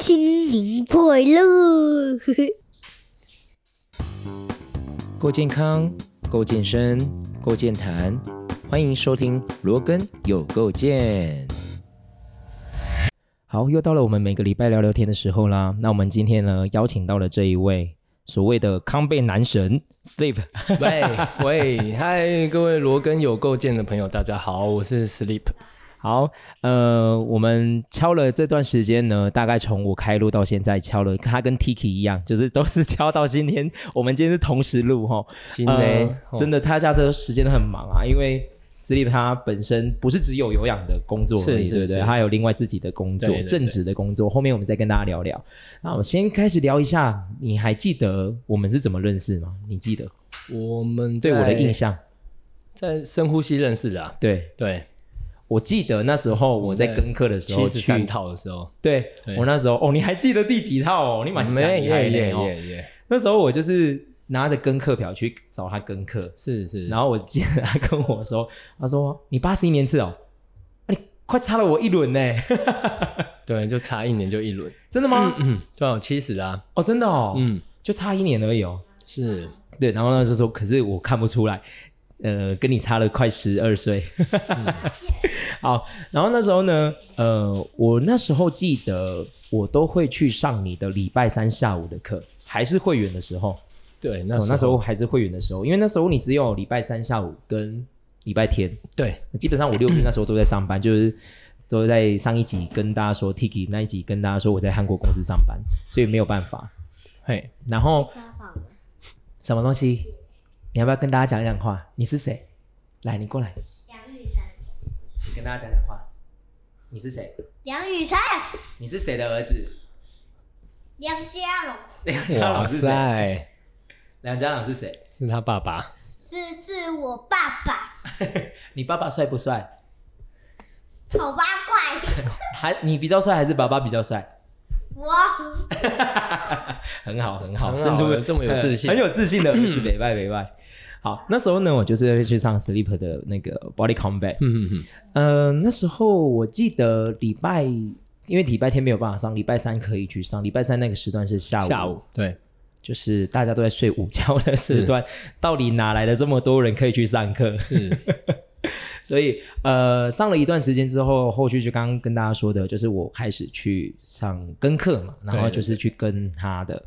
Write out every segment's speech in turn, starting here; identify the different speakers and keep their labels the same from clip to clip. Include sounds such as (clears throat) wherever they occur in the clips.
Speaker 1: 心灵快乐。
Speaker 2: 够健康，够健身，够健谈，欢迎收听罗根有够健。好，又到了我们每个礼拜聊聊天的时候啦。那我们今天呢，邀请到了这一位所谓的康贝男神 Sleep。
Speaker 3: 喂喂，嗨，各位罗根有构建的朋友，大家好，我是 Sleep。
Speaker 2: 好，呃，我们敲了这段时间呢，大概从我开录到现在敲了，他跟 Tiki 一样，就是都是敲到今天。我们今天是同时录哈，
Speaker 3: 今
Speaker 2: 呃
Speaker 3: 天、哦
Speaker 2: 真的大家的时间都很忙啊，因为 Sleep 他本身不是只有有氧的工作而已，
Speaker 3: 是是
Speaker 2: 对不对？
Speaker 3: 是
Speaker 2: 他有另外自己的工作，
Speaker 3: 对对对
Speaker 2: 正职的工作。后面我们再跟大家聊聊。那我们先开始聊一下，你还记得我们是怎么认识吗？你记得
Speaker 3: 我们
Speaker 2: 对我的印
Speaker 3: 象，
Speaker 2: 象？
Speaker 3: 在深呼吸认识的、啊，
Speaker 2: 对
Speaker 3: 哎对，
Speaker 2: 我记得那时候我在
Speaker 3: 我在
Speaker 2: 跟课的时
Speaker 3: 七
Speaker 2: 候
Speaker 3: 十
Speaker 2: 去
Speaker 3: 三套的时候，
Speaker 2: 对
Speaker 3: 对
Speaker 2: 我那时候，哦，你还记得第几套哦？你蛮是
Speaker 3: 哎
Speaker 2: 讲厉害的哦。
Speaker 3: 耶，
Speaker 2: 那时候我就是拿着跟课表去找他跟课，
Speaker 3: 是是，
Speaker 2: 然后我记得他跟我说，他说你八十一年次哦，啊你快差了我一轮呢，
Speaker 3: 对，就差一年就一轮，
Speaker 2: 真的吗？
Speaker 3: 嗯，对啊，七十啊，
Speaker 2: 哦，真的哦，
Speaker 3: 嗯，
Speaker 2: 就差一年而已哦。
Speaker 3: 是，
Speaker 2: 对，然后那时候说，可是我看不出来，呃，跟你差了快十二 (laughs) 岁。嗯好，然后那时候呢，呃，我那时候记得我都会去上你的礼拜三下午的课，还是会员的时候。
Speaker 3: 对，
Speaker 2: 那
Speaker 3: 那时候,、
Speaker 2: 哦那时候还是会员的时候，因为那时候你只有礼拜三下午跟礼拜天， (laughs)
Speaker 3: 对
Speaker 2: 基本上
Speaker 3: (clears throat)
Speaker 2: 我六日那时候都在上班，就是都在上一集跟大家说 Tiki 那一集跟大家说我在韩国公司上班，所以没有办法。
Speaker 3: 嘿，
Speaker 2: 然后什么东西？你要不要跟大家讲讲话？你是谁？来，你过来，
Speaker 1: 杨雨辰，
Speaker 2: 你跟大家讲讲话。你是谁？
Speaker 1: 杨雨辰，
Speaker 2: 你是谁的儿子？
Speaker 1: 梁家荣
Speaker 2: 梁家
Speaker 3: 哇
Speaker 2: (laughs) 朗是谁？
Speaker 3: 塞，
Speaker 2: 梁家朗是谁？
Speaker 3: 是他爸爸，
Speaker 1: 是是我爸爸，
Speaker 2: (laughs) 你爸爸帅不帅？
Speaker 1: 丑八怪，
Speaker 2: 还你比较帅还是爸爸比较帅？
Speaker 1: 我
Speaker 2: 很好，很好，
Speaker 3: 很好
Speaker 2: 生出
Speaker 3: 这么有自信嗯
Speaker 2: 呃很有自信的儿子，北拜北拜。好，那时候呢，我就是会去上 Sleep 的那个 Body Combat。
Speaker 3: 嗯嗯嗯，
Speaker 2: 嗯、那时候我记得礼拜，因为礼拜天没有办法上，礼拜三可以去上。礼拜三那个时段是下午，
Speaker 3: 下午对，
Speaker 2: 就是大家都在睡午觉的时段，到底哪来的这么多人可以去上课？
Speaker 3: 是
Speaker 2: (laughs) 所以呃，上了一段时间之后，后续就刚刚跟大家说的，就是我开始去上跟课嘛，然后
Speaker 3: 对对
Speaker 2: 就是去跟他的，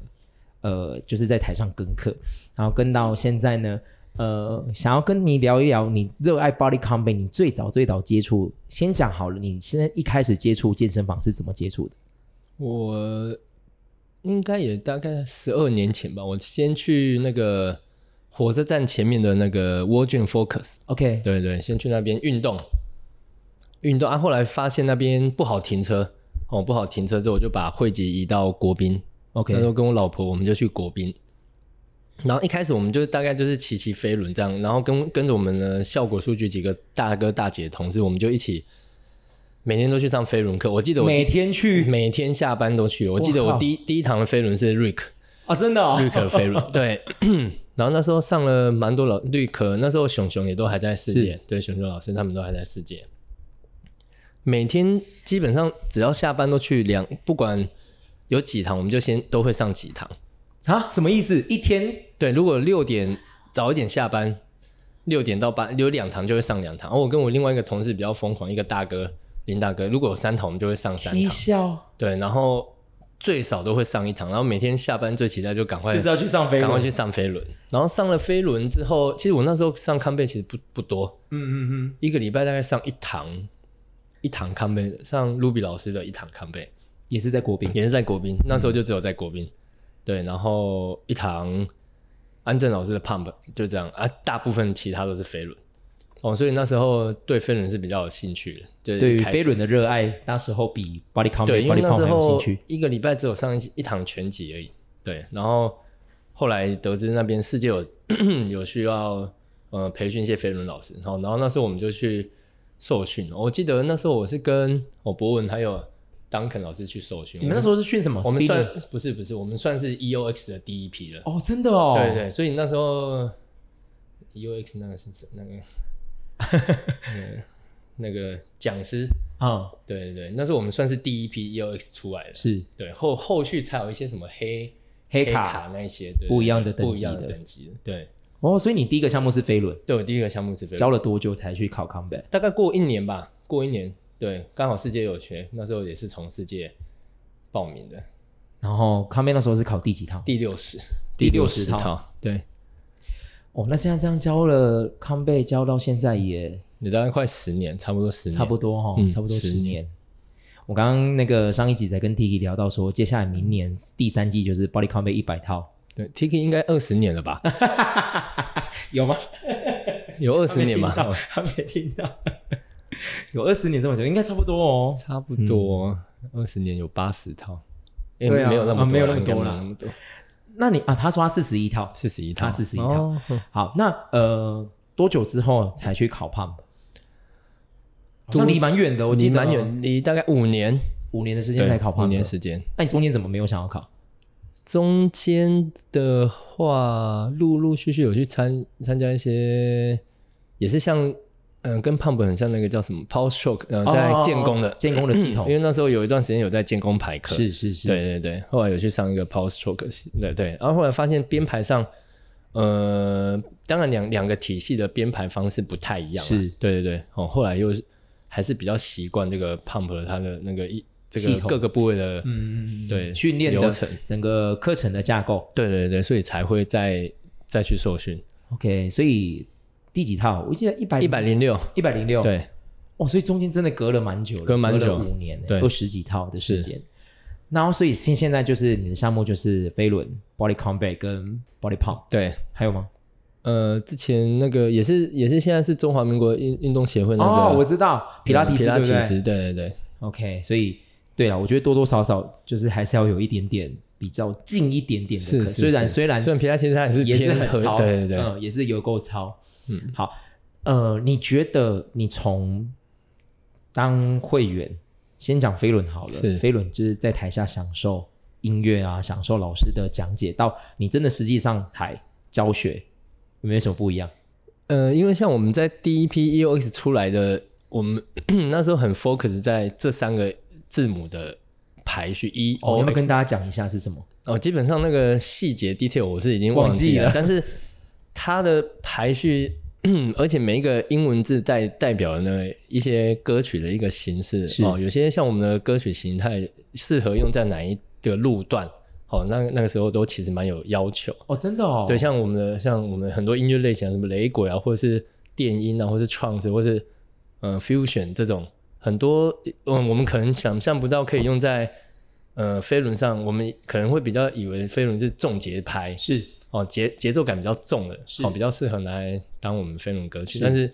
Speaker 2: 呃，就是在台上跟课，然后跟到现在呢，呃，想要跟你聊一聊你热爱 body combat，你最早最早接触，先讲好了，你现在一开始接触健身房是怎么接触的？
Speaker 3: 我应该也大概十二年前吧，我先去那个火车站前面的那个 w o r d r e a m Focus，
Speaker 2: ？OK，
Speaker 3: 对对，先去那边运动，运动啊。后来发现那边不好停车，哦，不好停车之后，我就把汇集移到国宾。
Speaker 2: OK
Speaker 3: 那时候跟我老婆，我们就去国宾。然后一开始我们就大概就是骑骑飞轮这样，然后跟跟着我们的效果数据几个大哥大姐同事，我们就一起每天都去上飞轮课。我记得我
Speaker 2: 每天去
Speaker 3: 每天下班都去。我记得
Speaker 2: 哇
Speaker 3: 我
Speaker 2: 靠
Speaker 3: 第一第一堂的飞轮是 Rick，
Speaker 2: 啊、真的、哦
Speaker 3: 绿，壳飞
Speaker 2: (laughs)
Speaker 3: 轮，对。 (clears throat) 然后那时候上了蛮多老绿壳，那时候熊熊也都还在世界，对，熊熊老师他们都还在世界。每天基本上只要下班都去两，不管有几堂，我们就先都会上几堂。
Speaker 2: 啊，什么意思？一天
Speaker 3: 对，如果六点早一点下班，六点到八有两堂就会上两堂。然后哦我跟我另外一个同事比较疯狂，一个大哥林大哥，如果有三堂我们就会上三
Speaker 2: 一
Speaker 3: 堂。
Speaker 2: 笑，
Speaker 3: 对，然后最少都会上一堂，然后每天下班最期待就赶快
Speaker 2: 就是要去上飞
Speaker 3: 哎赶快
Speaker 2: 轮，
Speaker 3: 去上飞轮。然后上了飞轮之后，其实我那时候上康贝其实不不多，
Speaker 2: 嗯嗯嗯，
Speaker 3: 一个礼拜大概上一堂，一堂康贝，上 Ruby 老师的一堂康贝，
Speaker 2: 也是在国宾。
Speaker 3: 也是在国
Speaker 2: 嗯
Speaker 3: 宾，那时候就只有在国宾。对，然后一堂安正老师的 Pump 就这样啊，大部分其他都是飞轮。哦，所以那时候对飞轮是比较有兴趣的，就是
Speaker 2: 对
Speaker 3: 一
Speaker 2: 于
Speaker 3: 开始
Speaker 2: 飞轮的热爱，那时候比 body combat
Speaker 3: 对，因为
Speaker 2: body
Speaker 3: 那时
Speaker 2: combat 有兴
Speaker 3: 候
Speaker 2: 趣。
Speaker 3: 一个礼拜只有上一一堂拳击而已。对，然后后来得知那边世界有 (clears throat) 有需要呃培训一些飞轮老师，然后然后那时候我们就去受训。我记得那时候我是跟我博文还有 Duncan 老师去受训。
Speaker 2: 你们那时
Speaker 3: 候
Speaker 2: 候是训什么？
Speaker 3: 我们
Speaker 2: Spinner？
Speaker 3: 算不是不是，我们算是 EOX 的第一批了。
Speaker 2: 哦，真的哦，
Speaker 3: 对对，所以那时候
Speaker 2: (laughs)
Speaker 3: ，E EOX 那个是谁那个那个那个讲师
Speaker 2: 嗯，
Speaker 3: 对对对，那是我们算是第一批 EOX 出来的，
Speaker 2: 是
Speaker 3: 对后后续才有一些什么黑
Speaker 2: 黑
Speaker 3: 卡
Speaker 2: 卡
Speaker 3: 那一些对
Speaker 2: 不一样的等
Speaker 3: 不一
Speaker 2: 级
Speaker 3: 样的
Speaker 2: 的
Speaker 3: 等级的，对
Speaker 2: 哦，所以你第一个项目是飞轮，
Speaker 3: 对，我第一个项目是飞
Speaker 2: 教了多久才去考 combat？
Speaker 3: 大概过一年吧，过一年，对，刚好世界有缺，那时候也是从世界报名的
Speaker 2: 然后 combat 那时候是考第几趟？
Speaker 3: 第六十，
Speaker 2: 第六十
Speaker 3: 十
Speaker 2: 套
Speaker 3: 套，对，
Speaker 2: 哦，那现在这样教了 combat 教到现在也
Speaker 3: 你大概快十年，差不多十年，
Speaker 2: 差不多哈、
Speaker 3: 嗯
Speaker 2: 差不多
Speaker 3: 十
Speaker 2: 十年。我刚刚那个上一集才跟 Tiki 聊到说，接下来明年第三季就是 Body Combat 一百套，
Speaker 3: 对，Tiki 应该二十年了
Speaker 2: (laughs)
Speaker 3: 吧，
Speaker 2: 有吗？
Speaker 3: 有二
Speaker 2: 二
Speaker 3: 十年吧，哦
Speaker 2: 他没听到， (laughs) 有二十年这么久，应该差不多哦。
Speaker 3: 差不多二十年有八十套，诶
Speaker 2: 对啊
Speaker 3: 没有那么
Speaker 2: 啊
Speaker 3: 多啦
Speaker 2: 没有那么多啦
Speaker 3: 应该没有那么多，
Speaker 2: 那你啊，他说他四十一套，
Speaker 3: 四十一套，
Speaker 2: 他41套
Speaker 3: 哦
Speaker 2: 好，那呃，多久之后才去考 pump？好像离蛮远的，我记
Speaker 3: 离
Speaker 2: 得哦
Speaker 3: 蛮，远，离大概五年，
Speaker 2: 五年的时间才
Speaker 3: 对
Speaker 2: 考，pump。
Speaker 3: 五年，时间。
Speaker 2: 那你中间怎么没有想要考？
Speaker 3: 中间的话，陆陆续续有去参参加一些，也是像嗯、跟胖本很像那个叫什么 Power Stroke，呃，在建工的、嗯
Speaker 2: 哦建工的系统
Speaker 3: 因，为那时候有一段时间有在建工排课，
Speaker 2: 是是是，
Speaker 3: 对对对，后来有去上一个 Power Stroke，系对对，然后后来发现编排上，呃，当然两两个体系的编排方式不太一样、啊，
Speaker 2: 是
Speaker 3: 对对对，哦，后来又还是比较习惯这个 Pump 的它的那个一这
Speaker 2: 系
Speaker 3: 个
Speaker 2: 统
Speaker 3: 各个部位的，
Speaker 2: 嗯，嗯，嗯
Speaker 3: 对
Speaker 2: 训练
Speaker 3: 流
Speaker 2: 的
Speaker 3: 程
Speaker 2: 整个课程的架构。
Speaker 3: 对对对，所以才会再再去受训。
Speaker 2: OK，所以第几套？我记得一百
Speaker 3: 一百零六，
Speaker 2: 一百零六，
Speaker 3: 对
Speaker 2: 哦，所以中间真的隔了蛮久了，
Speaker 3: 隔蛮久
Speaker 2: 了五年，
Speaker 3: 对
Speaker 2: 有十几套的时间。然后，所以现现在就是你的项目就是飞轮、body combat 跟 body pump，
Speaker 3: 对，
Speaker 2: 还有吗？
Speaker 3: 呃，之前那个也是也是现在是中华民国运运动协会那个、
Speaker 2: 哦，我知道皮拉提斯，
Speaker 3: 皮拉提
Speaker 2: 对不对
Speaker 3: 斯，对对对
Speaker 2: OK，所以对了，我觉得多多少少就是还是要有一点点比较近一点点的课，
Speaker 3: 是是
Speaker 2: 虽然
Speaker 3: 是
Speaker 2: 虽然
Speaker 3: 虽然皮拉提斯它也是
Speaker 2: 也是
Speaker 3: 偏
Speaker 2: 很
Speaker 3: 和
Speaker 2: 糙，
Speaker 3: 对对对，
Speaker 2: 嗯，也是有够糙。嗯，好，呃，你觉得你从当会员，先讲飞轮好了，
Speaker 3: 是
Speaker 2: 飞轮就是在台下享受音乐啊，享受老师的讲解，到你真的实际上台教学，有没有什么不一样？
Speaker 3: 呃，因为像我们在第一批 EOX 出来的，我们 (clears throat) 那时候很 focus 在这三个字母的排序 E
Speaker 2: 哦，要
Speaker 3: O
Speaker 2: 不要
Speaker 3: X
Speaker 2: 跟大家讲一下是什么？
Speaker 3: 哦，基本上那个细节 detail 我是已经忘记了，
Speaker 2: 忘记了
Speaker 3: (laughs) 但是它的排序， (clears throat) 而且每一个英文字代代表的那一些歌曲的一个形式
Speaker 2: 是
Speaker 3: 哦，有些像我们的歌曲形态适合用在哪一个路段，哦，那那个时候都其实蛮有要求。
Speaker 2: 哦，真的哦，
Speaker 3: 对，像我们的像我们很多音乐类型啊，什么雷鬼啊，或者是电音啊，或是 trance，或是嗯、呃 fusion 这种，很多嗯我们可能想象不到可以用在呃飞轮上，我们可能会比较以为飞轮是重节拍
Speaker 2: 是
Speaker 3: 哦，节节奏感比较重的，
Speaker 2: 是
Speaker 3: 哦比较适合拿来当我们飞轮歌曲，
Speaker 2: 是
Speaker 3: 但是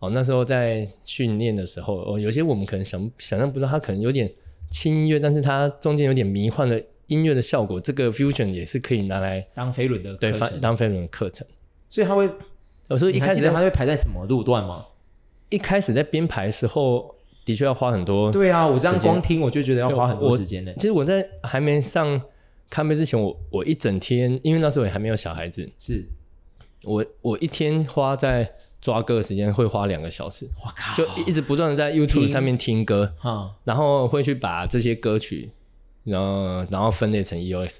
Speaker 3: 哦那时候在训练的时候，哦有些我们可能想想象不到，它可能有点轻音乐，但是它中间有点迷幻的音乐的效果，这个 fusion 也是可以拿来。
Speaker 2: 当飞轮的
Speaker 3: 对，
Speaker 2: 课
Speaker 3: 翻
Speaker 2: 程
Speaker 3: 当飞轮的课程。
Speaker 2: 所以他会，
Speaker 3: 我说一
Speaker 2: 你还
Speaker 3: 开
Speaker 2: 记
Speaker 3: 始
Speaker 2: 得他
Speaker 3: 在
Speaker 2: 会排在什么路段吗？
Speaker 3: 一开始在编排的时候，的确要花很多。，
Speaker 2: 对啊，我这样
Speaker 3: 时间
Speaker 2: 光听我就觉得要花很多时间呢。
Speaker 3: 其实我在还没上咖啡之前，我我一整天，因为那时候也还没有小孩子，
Speaker 2: 是，
Speaker 3: 我我一天花在抓歌的时间会花两个小时，
Speaker 2: 我靠
Speaker 3: 就一一直不断的在 YouTube 上面听歌，
Speaker 2: 哈，
Speaker 3: 然后会去把这些歌曲，然后然后分类成 EOS，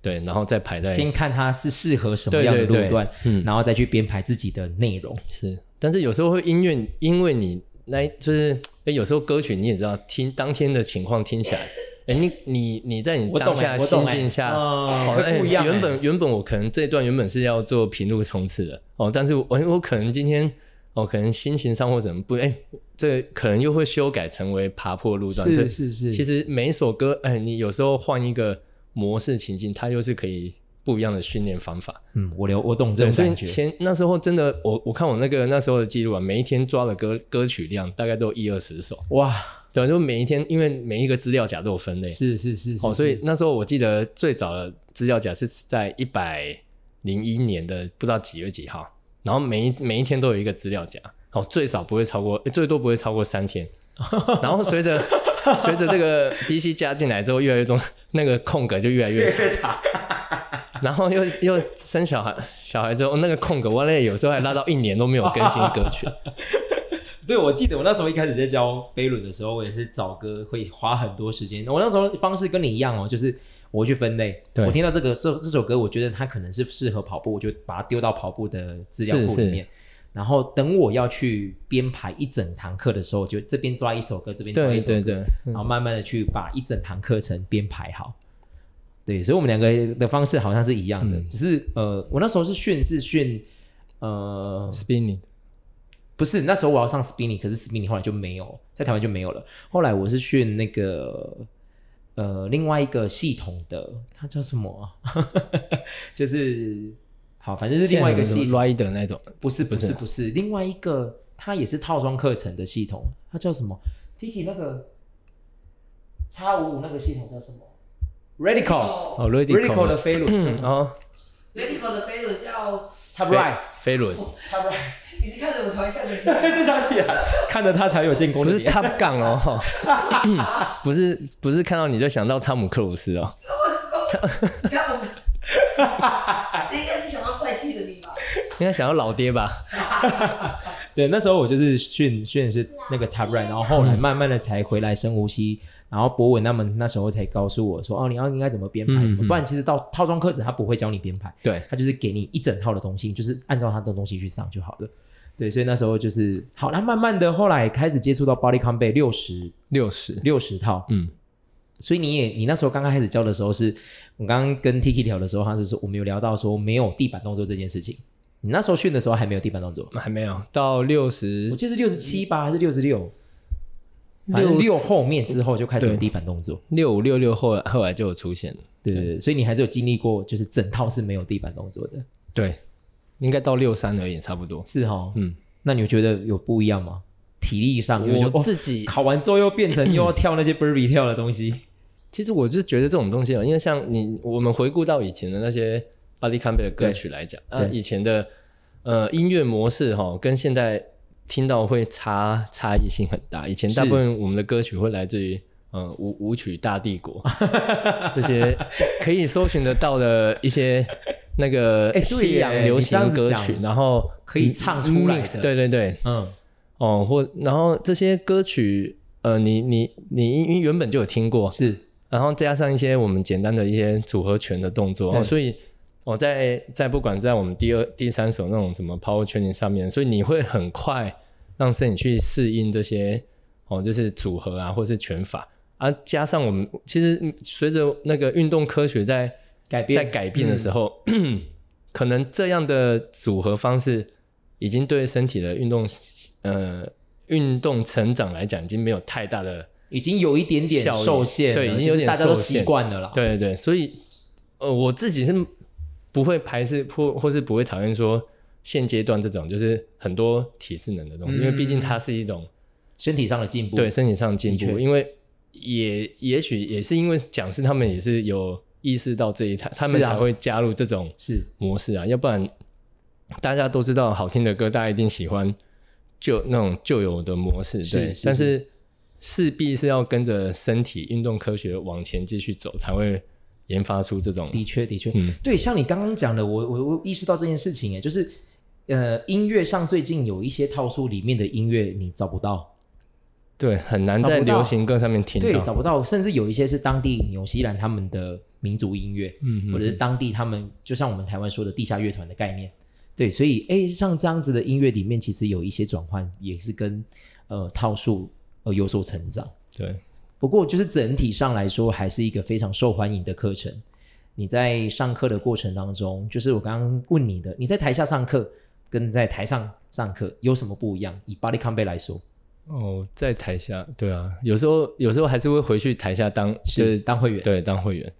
Speaker 3: 对，然后再排在
Speaker 2: 先看它是适合什么样的路
Speaker 3: 对对对
Speaker 2: 段，
Speaker 3: 嗯
Speaker 2: 然后再去编排自己的内容。
Speaker 3: 是，但是有时候会因为因为你那就是，哎，有时候歌曲你也知道，听当天的情况听起来，哎，你你你在你
Speaker 2: 我懂
Speaker 3: 当下
Speaker 2: 哎我懂
Speaker 3: 心
Speaker 2: 哎
Speaker 3: 境下，
Speaker 2: 嗯
Speaker 3: 哦，
Speaker 2: 会
Speaker 3: 哎，
Speaker 2: 不一样
Speaker 3: 原
Speaker 2: 哎
Speaker 3: 本原本我可能这一段原本是要做平路冲刺的，哦，但是我我可能今天。哦，可能心情上或怎么不，哎，这可能又会修改成为爬坡路段。这
Speaker 2: 是是
Speaker 3: 其实每一首歌，哎，你有时候换一个模式情境，它又是可以不一样的训练方法。
Speaker 2: 嗯，我留我懂这
Speaker 3: 对，
Speaker 2: 种
Speaker 3: 所以
Speaker 2: 感觉。
Speaker 3: 前那时候真的，我我看我那个那时候的记录啊，每一天抓的歌歌曲量大概都有一二十首，
Speaker 2: 哇，
Speaker 3: 对，就每一天，因为每一个资料夹都有分类，
Speaker 2: 是是是，
Speaker 3: 哦，
Speaker 2: 是
Speaker 3: 所以
Speaker 2: 是
Speaker 3: 那时候我记得最早的资料夹是在一百零一年的不知道几月几号，然后每一每一天都有一个资料夹，哦，最少不会超过，最多不会超过三天，然后随着随着这个 B C 加进来之后，越来越多，那个空格就越来越长。然后又又生
Speaker 2: 哦
Speaker 3: 小孩，小孩之后那个空格，我那有时候还拉到一年都没有更新歌曲。
Speaker 2: 对，我记得我那时候一开始在教飞轮的时候，我也是找歌会花很多时间。我那时候方式跟你一样哦，就是我会去分类，
Speaker 3: 对
Speaker 2: 我听到这个这这首歌，我觉得它可能是适合跑步，我就把它丢到跑步的资料库
Speaker 3: 是
Speaker 2: 里面。然后等我要去编排一整堂课的时候，我就这边抓一首歌，这边抓一
Speaker 3: 对
Speaker 2: 首歌，
Speaker 3: 对对，嗯
Speaker 2: 然后慢慢的去把一整堂课程编排好。对，所以我们两个的方式好像是一样的，
Speaker 3: 嗯
Speaker 2: 只是呃，我那时候是训是训，呃，
Speaker 3: ，spinning，
Speaker 2: 不是那时候我要上 spinning，可是 spinning 后来就没有，在台湾就没有了。后来我是训那个呃另外一个系统的，它叫什么啊、 (laughs) 就是好，反正是另外一个嗯系统，
Speaker 3: rider 那种，
Speaker 2: 不是不
Speaker 3: 不
Speaker 2: 是啊
Speaker 3: 是
Speaker 2: 不是，另外一个它也是套装课程的系统，它叫什么？Tiki 那个叉五五那个系统叫什么？Radical
Speaker 3: 哦
Speaker 4: Radical
Speaker 3: ，radical
Speaker 2: Radical 的飞轮叫什 (coughs)
Speaker 3: 嗯，
Speaker 2: 么
Speaker 3: 哦，
Speaker 4: 的飞轮叫，
Speaker 2: ？Top
Speaker 3: 飞
Speaker 2: Right
Speaker 3: 飞轮
Speaker 2: Top (laughs) Right，
Speaker 4: 你是看着我头像的时
Speaker 2: (laughs)
Speaker 4: 候，
Speaker 2: 对，想起来，看着他才有建功
Speaker 3: 不
Speaker 2: 的
Speaker 3: 是
Speaker 2: 脸。
Speaker 3: Top 杠哦，
Speaker 2: (laughs)
Speaker 3: 哈不是不是看到你就想到汤姆克鲁斯哦，
Speaker 4: 你看我， (laughs) 你应该是想到帅气的你吧？
Speaker 3: 应该想到老爹吧？
Speaker 2: 对，那时候我就是训训是那个 Top Right，然后后来
Speaker 3: 嗯
Speaker 2: 慢慢的才回来深呼吸，然后博文他们那时候才告诉我说，哦，你要应该怎么编排，
Speaker 3: 嗯
Speaker 2: 怎么，
Speaker 3: 嗯
Speaker 2: 不然其实到套装课程他不会教你编排。
Speaker 3: 对，
Speaker 2: 他就是给你一整套的东西，你就是按照他的东西去上就好了。对，所以那时候就是好，那慢慢的后来开始接触到 Body Combat 六十
Speaker 3: 六十，
Speaker 2: 六十套，
Speaker 3: 嗯，
Speaker 2: 所以你也你那时候刚开始教的时候是，我刚刚跟 Tiki 聊的时候，他是说我们有聊到说没有地板动作这件事情，你那时候训的时候还没有地板动作，
Speaker 3: 还没有到六十
Speaker 2: 我，记得是六十七吧还是六十六，反正六后面之后就开始有
Speaker 3: 对
Speaker 2: 地板动作，
Speaker 3: 六五六六后来后来就有出现了，
Speaker 2: 对对对，所以你还是有经历过就是整套是没有地板动作的，
Speaker 3: 对，应该到六三而已，差不多。
Speaker 2: 是哦，
Speaker 3: 嗯，
Speaker 2: 那你觉得有不一样吗？体力上，有觉得
Speaker 3: 我
Speaker 2: 哦
Speaker 3: 自己
Speaker 2: 考完之后又变成又要跳那些 Burby 跳的东西。
Speaker 3: 其实我就觉得这种东西啊，因为像你，我们回顾到以前的那些 Body c o m b a t 的歌曲来讲，那
Speaker 2: 对
Speaker 3: 以前的呃音乐模式哈、跟现在听到会差差异性很大。以前大
Speaker 2: 是
Speaker 3: 部分我们的歌曲会来自于呃舞舞曲大
Speaker 2: (laughs)
Speaker 3: 帝国这些可以搜寻得到的一些那个
Speaker 2: (laughs) 哎对
Speaker 3: 西
Speaker 2: 耶
Speaker 3: 洋流
Speaker 2: 你这样
Speaker 3: 行
Speaker 2: 子
Speaker 3: 歌
Speaker 2: 讲
Speaker 3: 曲，然后
Speaker 2: 可以唱出来的
Speaker 3: mix，对对对，
Speaker 2: 嗯，
Speaker 3: 哦，或然后这些歌曲，呃，你你你你原本就有听过，
Speaker 2: 是
Speaker 3: 然后加上一些我们简单的一些组合拳的动作，
Speaker 2: 对
Speaker 3: 哦、所以我、哦在在不管在我们第二、第三首那种什么 power training 上面，所以你会很快让身体去适应这些哦，就是组合啊，或是拳法啊，加上我们其实嗯随着那个运动科学在
Speaker 2: 改变嗯
Speaker 3: 在改变的时候，可能这样的组合方式已经对身体的运动呃运动成长来讲，已经没有太大的。
Speaker 2: 已经有一点点
Speaker 3: 效益
Speaker 2: 受限了，
Speaker 3: 对已经有点
Speaker 2: 就是大家都
Speaker 3: 受限
Speaker 2: 习惯了啦。
Speaker 3: 对对对，所以呃，我自己是不会排斥或或是不会讨厌说现阶段这种就是很多体适能的东西，因为毕竟它是一种
Speaker 2: 身体上的进步，
Speaker 3: 对身体上的进
Speaker 2: 嗯的
Speaker 3: 步，
Speaker 2: 确
Speaker 3: 因为也也许也是因为讲师他们也是有意识到这一套，他们
Speaker 2: 是啊
Speaker 3: 才会加入这种
Speaker 2: 是
Speaker 3: 模式啊，要不然大家都知道好听的歌，大家一定喜欢旧那种旧有的模式，
Speaker 2: 是
Speaker 3: 对，
Speaker 2: 是
Speaker 3: 但是势必是要跟着身体运动科学往前继续走，才会研发出这种
Speaker 2: 的确的确，
Speaker 3: 嗯
Speaker 2: 对，像你刚刚讲的，我我我意识到这件事情，哎，就是呃，音乐上最近有一些套书里面的音乐你找不到，
Speaker 3: 对很难
Speaker 2: 找不
Speaker 3: 在
Speaker 2: 到
Speaker 3: 流行歌上面听
Speaker 2: 对，找
Speaker 3: 到，
Speaker 2: 不到，甚至有一些是当地纽西兰他们的民族音乐，
Speaker 3: 嗯
Speaker 2: 或者是当地他们就像我们台湾说的地下乐团的概念，对，所以诶，像这样子的音乐里面，其实有一些转换，也是跟呃套数呃有所成长。
Speaker 3: 对，
Speaker 2: 不过就是整体上来说，还是一个非常受欢迎的课程。你在上课的过程当中，就是我刚刚问你的，你在台下上课跟在台上上课有什么不一样？以 Body Combat 来说，
Speaker 3: 哦，在台下，对啊，有时候有时候还是会回去台下当就是
Speaker 2: 当会员，
Speaker 3: 对，当会员。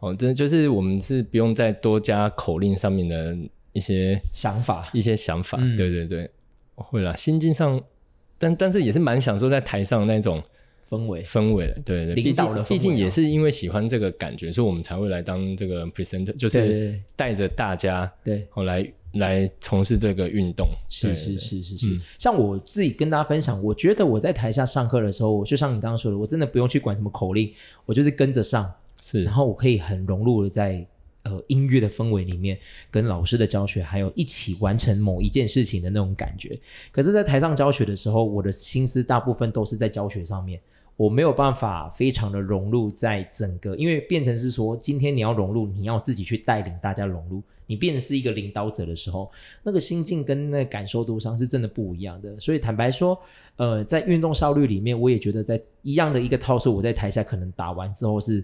Speaker 3: 哦，这就是我们是不用再多加口令上面的一些
Speaker 2: 想法
Speaker 3: 一些想法。
Speaker 2: 嗯
Speaker 3: 对对对，会啦，心境上，但但是也是蛮享受在台上那种
Speaker 2: 氛围
Speaker 3: 氛围的。对对，
Speaker 2: 领
Speaker 3: 毕
Speaker 2: 导的
Speaker 3: 竟
Speaker 2: 氛围
Speaker 3: 毕竟
Speaker 2: 啊
Speaker 3: 也是因为喜欢这个感觉，所以我们才会来当这个 presenter，就
Speaker 2: 对对
Speaker 3: 是
Speaker 2: 对
Speaker 3: 带着大家
Speaker 2: 对。
Speaker 3: 哦来来从事这个运动。
Speaker 2: 是
Speaker 3: 对
Speaker 2: 是，是是是
Speaker 3: 嗯，
Speaker 2: 像我自己跟大家分享，我觉得我在台下上课的时候，我就像你刚刚说的，我真的不用去管什么口令，我就是跟着上，
Speaker 3: 对
Speaker 2: 然
Speaker 3: 是
Speaker 2: 后我可以很融入的在呃音乐的氛围里面，跟老师的教学，还有一起完成某一件事情的那种感觉。可是，在台上教学的时候，我的心思大部分都是在教学上面，我没有办法非常的融入在整个，因为变成是说，今天你要融入，你要自己去带领大家融入。你变成是一个领导者的时候，那个心境跟那个感受度上是真的不一样的。所以坦白说，呃，在运动效率里面，我也觉得在一样的一个套数，我在台下可能打完之后是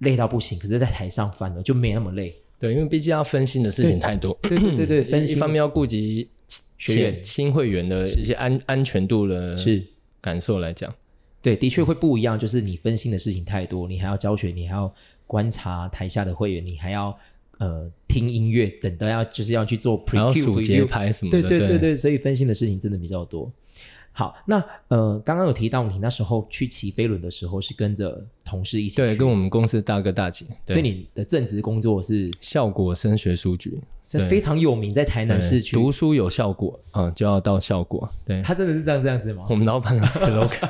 Speaker 2: 累到不行，可是在台上反而就没那么累。
Speaker 3: 对，因为毕竟要分心的事情太多，嗯
Speaker 2: 对 (laughs) 对对对，分
Speaker 3: 一
Speaker 2: 析
Speaker 3: 一方面要顾及
Speaker 2: 学
Speaker 3: 前
Speaker 2: 员
Speaker 3: 新会员的一些安安全度的
Speaker 2: 是
Speaker 3: 感受来讲，
Speaker 2: 对，嗯的确会不一样，就是你分心的事情太多，你还要教学，你还要观察台下的会员，你还要呃听音乐，等到要就是要去做 pre
Speaker 3: 然后
Speaker 2: cue
Speaker 3: 数节拍什么的，
Speaker 2: 对
Speaker 3: 对
Speaker 2: 对，所以分心的事情真的比较多。好，那呃，刚刚有提到你那时候去骑飞轮的时候是跟着同事一起去，
Speaker 3: 对，跟我们公司大哥大姐，对
Speaker 2: 所以你的正职工作是
Speaker 3: 效果升学书局，
Speaker 2: 是
Speaker 3: 对
Speaker 2: 非常有名，在台南市
Speaker 3: 对，
Speaker 2: 区，
Speaker 3: 读书有效果，嗯，就要到效果，对，
Speaker 2: 他真的是这样这样子吗
Speaker 3: 我？们老板的 slogan，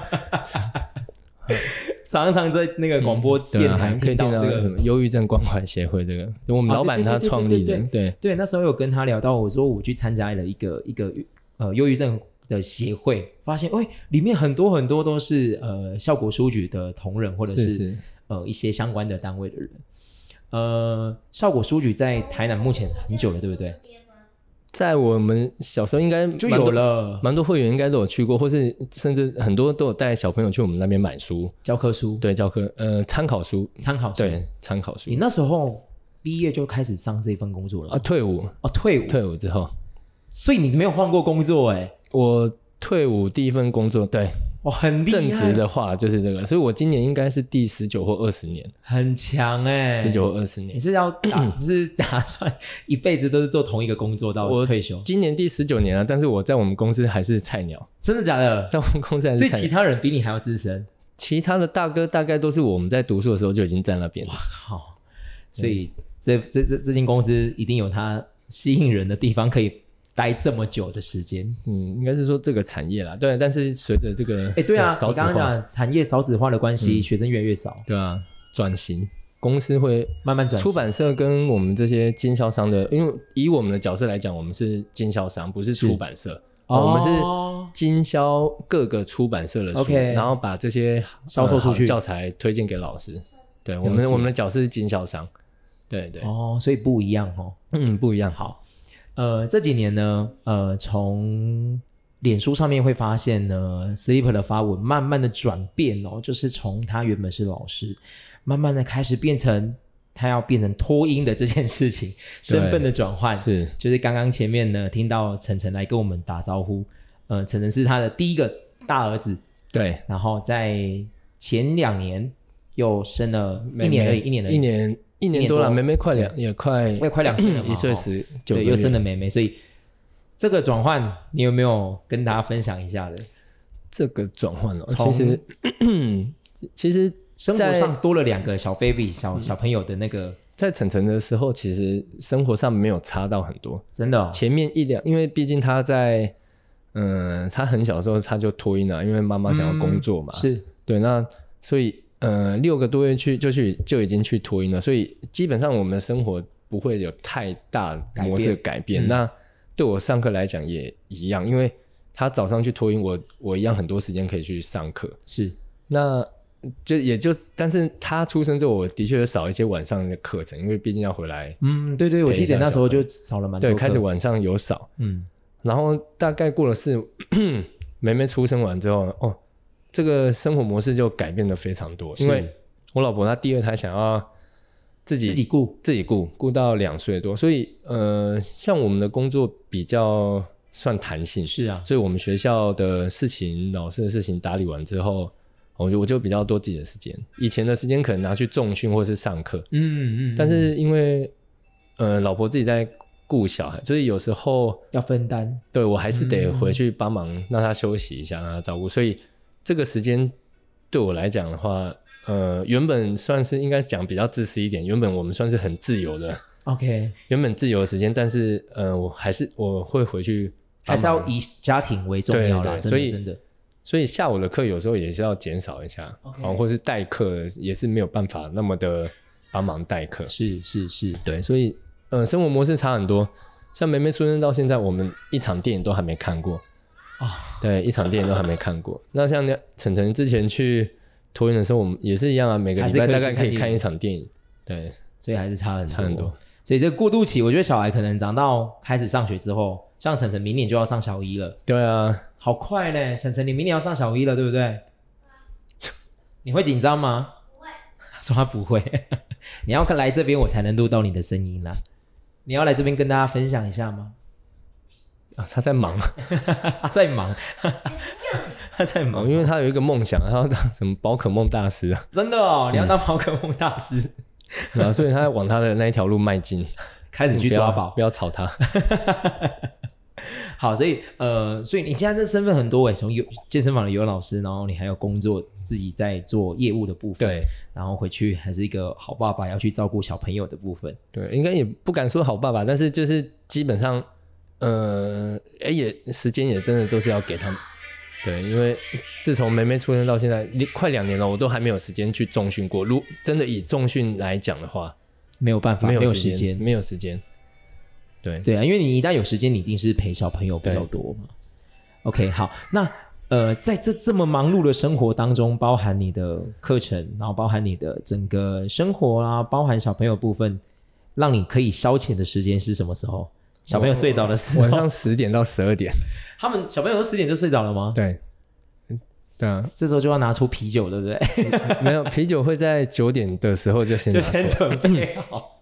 Speaker 2: 常常在那个广播
Speaker 3: 对
Speaker 2: 电
Speaker 3: 啊，
Speaker 2: 台
Speaker 3: 还可以
Speaker 2: 到
Speaker 3: 听
Speaker 2: 这
Speaker 3: 到什
Speaker 2: 个
Speaker 3: 么忧郁症关怀协会这个，我们
Speaker 2: 哦
Speaker 3: 老板
Speaker 2: 对对
Speaker 3: 他
Speaker 2: 对对
Speaker 3: 创
Speaker 2: 对
Speaker 3: 立的
Speaker 2: 对，
Speaker 3: 对，
Speaker 2: 对，那时候有跟他聊到，我说我去参加了一个一个呃忧郁症的协会，发现喂、里面很多很多都是呃效果书局的同仁或者
Speaker 3: 是
Speaker 2: 是
Speaker 3: 是
Speaker 2: 呃一些相关的单位的人。呃，效果书局在哎台南目前很久了，对不对？
Speaker 3: 在我们小时候应该
Speaker 2: 就
Speaker 3: 蛮
Speaker 2: 有
Speaker 3: 多
Speaker 2: 了
Speaker 3: 蛮多会员应该都有去过，或是甚至很多都有带小朋友去我们那边买书，
Speaker 2: 教科书、
Speaker 3: 对教科呃参考书，
Speaker 2: 参考书。
Speaker 3: 对参考书
Speaker 2: 你那时候毕业就开始上这份工作了
Speaker 3: 啊
Speaker 2: 吗
Speaker 3: 退伍
Speaker 2: 哦，退伍，
Speaker 3: 退伍之后，
Speaker 2: 所以你没有换过工作哎、
Speaker 3: 我退伍第一份工作对
Speaker 2: 哇、哦很厉害，
Speaker 3: 正职的话就是这个，所以我今年应该是第十九或二十年，
Speaker 2: 很强哎、
Speaker 3: 十九或二十
Speaker 2: 你
Speaker 3: 年，
Speaker 2: 是要
Speaker 3: (clears throat)
Speaker 2: 打，就是打算一辈子都是做同一个工作到
Speaker 3: 我
Speaker 2: 退休？
Speaker 3: 今年第十九年了，啊但是我在我们公司还是菜鸟，
Speaker 2: 真的假的？
Speaker 3: 在我们公司还
Speaker 2: 所
Speaker 3: 是
Speaker 2: 以
Speaker 3: 菜
Speaker 2: 其
Speaker 3: 鸟，
Speaker 2: 他人比你还要资深。
Speaker 3: 其他的大哥大概都是我们在读书的时候就已经在那边了，
Speaker 2: 好，所以这这这这间公司一定有它吸引人的地方，可以待这么久的时间。
Speaker 3: 嗯，应该是说这个产业啦，对，但是随着这个
Speaker 2: 哎，对啊，
Speaker 3: 少
Speaker 2: 你
Speaker 3: 子
Speaker 2: 刚刚
Speaker 3: 化嗯
Speaker 2: 讲产业少子化的关系，学生越来越少，
Speaker 3: 对啊，转型公司会
Speaker 2: 慢慢转型
Speaker 3: 出版社跟我们这些经销商的，因为以我们的角色来讲，我们是经销商，不是出版社，
Speaker 2: 哦
Speaker 3: 我们是经销各个出版社的书
Speaker 2: OK
Speaker 3: 然后把这些
Speaker 2: 销售
Speaker 3: 呃
Speaker 2: 出去
Speaker 3: 好教材推荐给老师。对我
Speaker 2: 了
Speaker 3: 们
Speaker 2: 解
Speaker 3: 我们的角色是经销商，对对，
Speaker 2: 哦，所以不一样哦。
Speaker 3: 嗯，不一样，
Speaker 2: 好，呃，这几年呢，呃，从脸书上面会发现呢，Sleep 的发文慢慢的转变哦，就是从他原本是老师，慢慢的开始变成他要变成脱音的这件事情，身份的转换
Speaker 3: 是
Speaker 2: (laughs) 就是刚刚前面呢听到晨晨来跟我们打招呼，呃，晨晨是他的第一个大儿子，
Speaker 3: 对，
Speaker 2: 然后在前两年又生了
Speaker 3: 妹
Speaker 2: 一年而已，
Speaker 3: 妹
Speaker 2: 一年而已，
Speaker 3: 一年一
Speaker 2: 一年
Speaker 3: 年多了，
Speaker 2: 多
Speaker 3: 妹妹快两也快
Speaker 2: 也快两岁了嘛
Speaker 3: 一岁
Speaker 2: 哦
Speaker 3: 十九个
Speaker 2: 对，又生
Speaker 3: 月
Speaker 2: 了妹妹，所以这个转换，你有没有跟大家分享一下的？
Speaker 3: 这个转换了，
Speaker 2: 从
Speaker 3: 其实 (clears throat) 其实
Speaker 2: 生活上多了两个小 baby 小小朋友的那个，
Speaker 3: 在晨晨的时候，其实生活上没有差到很多。
Speaker 2: 真的哦、
Speaker 3: 前面一两，因为毕竟他在，嗯，他很小的时候他就脱音了，因为妈妈想要工作嘛，
Speaker 2: 嗯是
Speaker 3: 对，那所以呃六个多月去就去就已经去脱音了，所以基本上我们的生活不会有太大模式的改变。
Speaker 2: 嗯
Speaker 3: 那对我上课来讲也一样，因为他早上去脱音，我我一样很多时间可以去上课，
Speaker 2: 是，
Speaker 3: 那就也就，但是他出生之后，我的确少一些晚上的课程，因为毕竟要回来，
Speaker 2: 嗯，对对，我记
Speaker 3: 陪一
Speaker 2: 得
Speaker 3: 下
Speaker 2: 那时候
Speaker 3: 小朋
Speaker 2: 就少了蛮多
Speaker 3: 对，
Speaker 2: 课，
Speaker 3: 开始晚上有少，
Speaker 2: 嗯，
Speaker 3: 然后大概过了是梅梅出生完之后，哦，这个生活模式就改变的非常多，
Speaker 2: 是
Speaker 3: 因为我老婆她第二胎想要自己
Speaker 2: 自己顾，
Speaker 3: 自己顾顾到两岁多，所以呃，像我们的工作比较算弹性，
Speaker 2: 是啊，
Speaker 3: 所以我们学校的事情、老师的事情打理完之后，哦我就我就比较多自己的时间。以前的时间可能拿去重训或是上课，
Speaker 2: 嗯嗯，
Speaker 3: 但
Speaker 2: 嗯
Speaker 3: 是因为呃老婆自己在顾小孩，所以有时候
Speaker 2: 要分担，
Speaker 3: 对我还是得
Speaker 2: 嗯
Speaker 3: 回去帮忙，让她休息一下，让她照顾。所以这个时间对我来讲的话，呃，原本算是应该讲比较自私一点，原本我们算是很自
Speaker 2: (laughs)
Speaker 3: 由的，
Speaker 2: OK，
Speaker 3: 原本自由的时间，但是呃，我还是我会回去
Speaker 2: 还
Speaker 3: 帮忙。
Speaker 2: 是要以家庭为重要啦，
Speaker 3: 对对
Speaker 2: 真
Speaker 3: 所
Speaker 2: 的
Speaker 3: 以
Speaker 2: 真的，
Speaker 3: 所以下午的课有时候也是要减少一下
Speaker 2: OK
Speaker 3: 哦，或是代课也是没有办法那么的帮忙代课。
Speaker 2: 是是是，
Speaker 3: 对，所以呃，生活模式差很多。像梅梅出生到现在，我们一场电影都还没看过
Speaker 2: 啊
Speaker 3: 对，一场电影都还没看过。 (laughs) 那像那晨晨之前去托运的时候，我们也是一样啊，每个
Speaker 2: 还
Speaker 3: 礼
Speaker 2: 是
Speaker 3: 拜
Speaker 2: 可以
Speaker 3: 大
Speaker 2: 去
Speaker 3: 概可
Speaker 2: 看
Speaker 3: 以
Speaker 2: 电
Speaker 3: 看
Speaker 2: 影
Speaker 3: 一场电影。对，
Speaker 2: 所以还是差很
Speaker 3: 差很多。
Speaker 2: 所以这个过渡期，我觉得小孩可能长到开始上学之后，像晨晨明年就要上小一了，
Speaker 3: 对啊，
Speaker 2: 好快呢！晨晨，你明年要上小一了，对不对？你会紧张吗？
Speaker 1: 不会，
Speaker 2: 他说他不会， (laughs) 你要来这边我才能录到你的声音啦、你要来这边跟大家分享一下吗？ (laughs)
Speaker 3: 啊他在忙，
Speaker 2: 他在忙， (laughs) 他在忙，
Speaker 3: 哦因为他有一个梦想，他要当什么宝可梦大师啊，
Speaker 2: 真的哦，你要当宝可梦大师，
Speaker 3: 嗯然后所以他在往他的那一条路迈
Speaker 2: (laughs)
Speaker 3: 进。
Speaker 2: 开始去
Speaker 3: 不要
Speaker 2: 抓宝
Speaker 3: 不。要啊吵他。
Speaker 2: (laughs) 好，所以呃，所以你现在这身份很多哎，从有健身房的游泳老师，然后你还有工作，自己在做业务的部分，，
Speaker 3: 对
Speaker 2: 然后回去还是一个好爸爸，要去照顾小朋友的部分，
Speaker 3: 对，应该也不敢说好爸爸，但是就是基本上，呃，哎、也时间也真的都是要给他们。对，因为自从梅梅出生到现在，你快两年了，我都还没有时间去重训过。如真的以重训来讲的话，
Speaker 2: 没有办法，
Speaker 3: 没
Speaker 2: 没
Speaker 3: 有
Speaker 2: 时间，
Speaker 3: 没有时间。对，
Speaker 2: 对啊，因为你一旦有时间，你一定是陪小朋友比较多嘛。OK，好，那呃，在这这么忙碌的生活当中，包含你的课程，然后包含你的整个生活啊，包含小朋友部分，让你可以消遣的时间是什么时候？小朋友睡着的时
Speaker 3: 晚
Speaker 2: 候，
Speaker 3: 上十点到十
Speaker 2: (laughs)
Speaker 3: 二点。
Speaker 2: 他们小朋友都十点就睡着了吗？
Speaker 3: 对，嗯对啊，
Speaker 2: 这时候就要拿出啤酒，对不对？
Speaker 3: 没有啤酒会在九点的时候就先
Speaker 2: 就
Speaker 3: 拿出来
Speaker 2: 先准备
Speaker 3: (laughs)
Speaker 2: 好，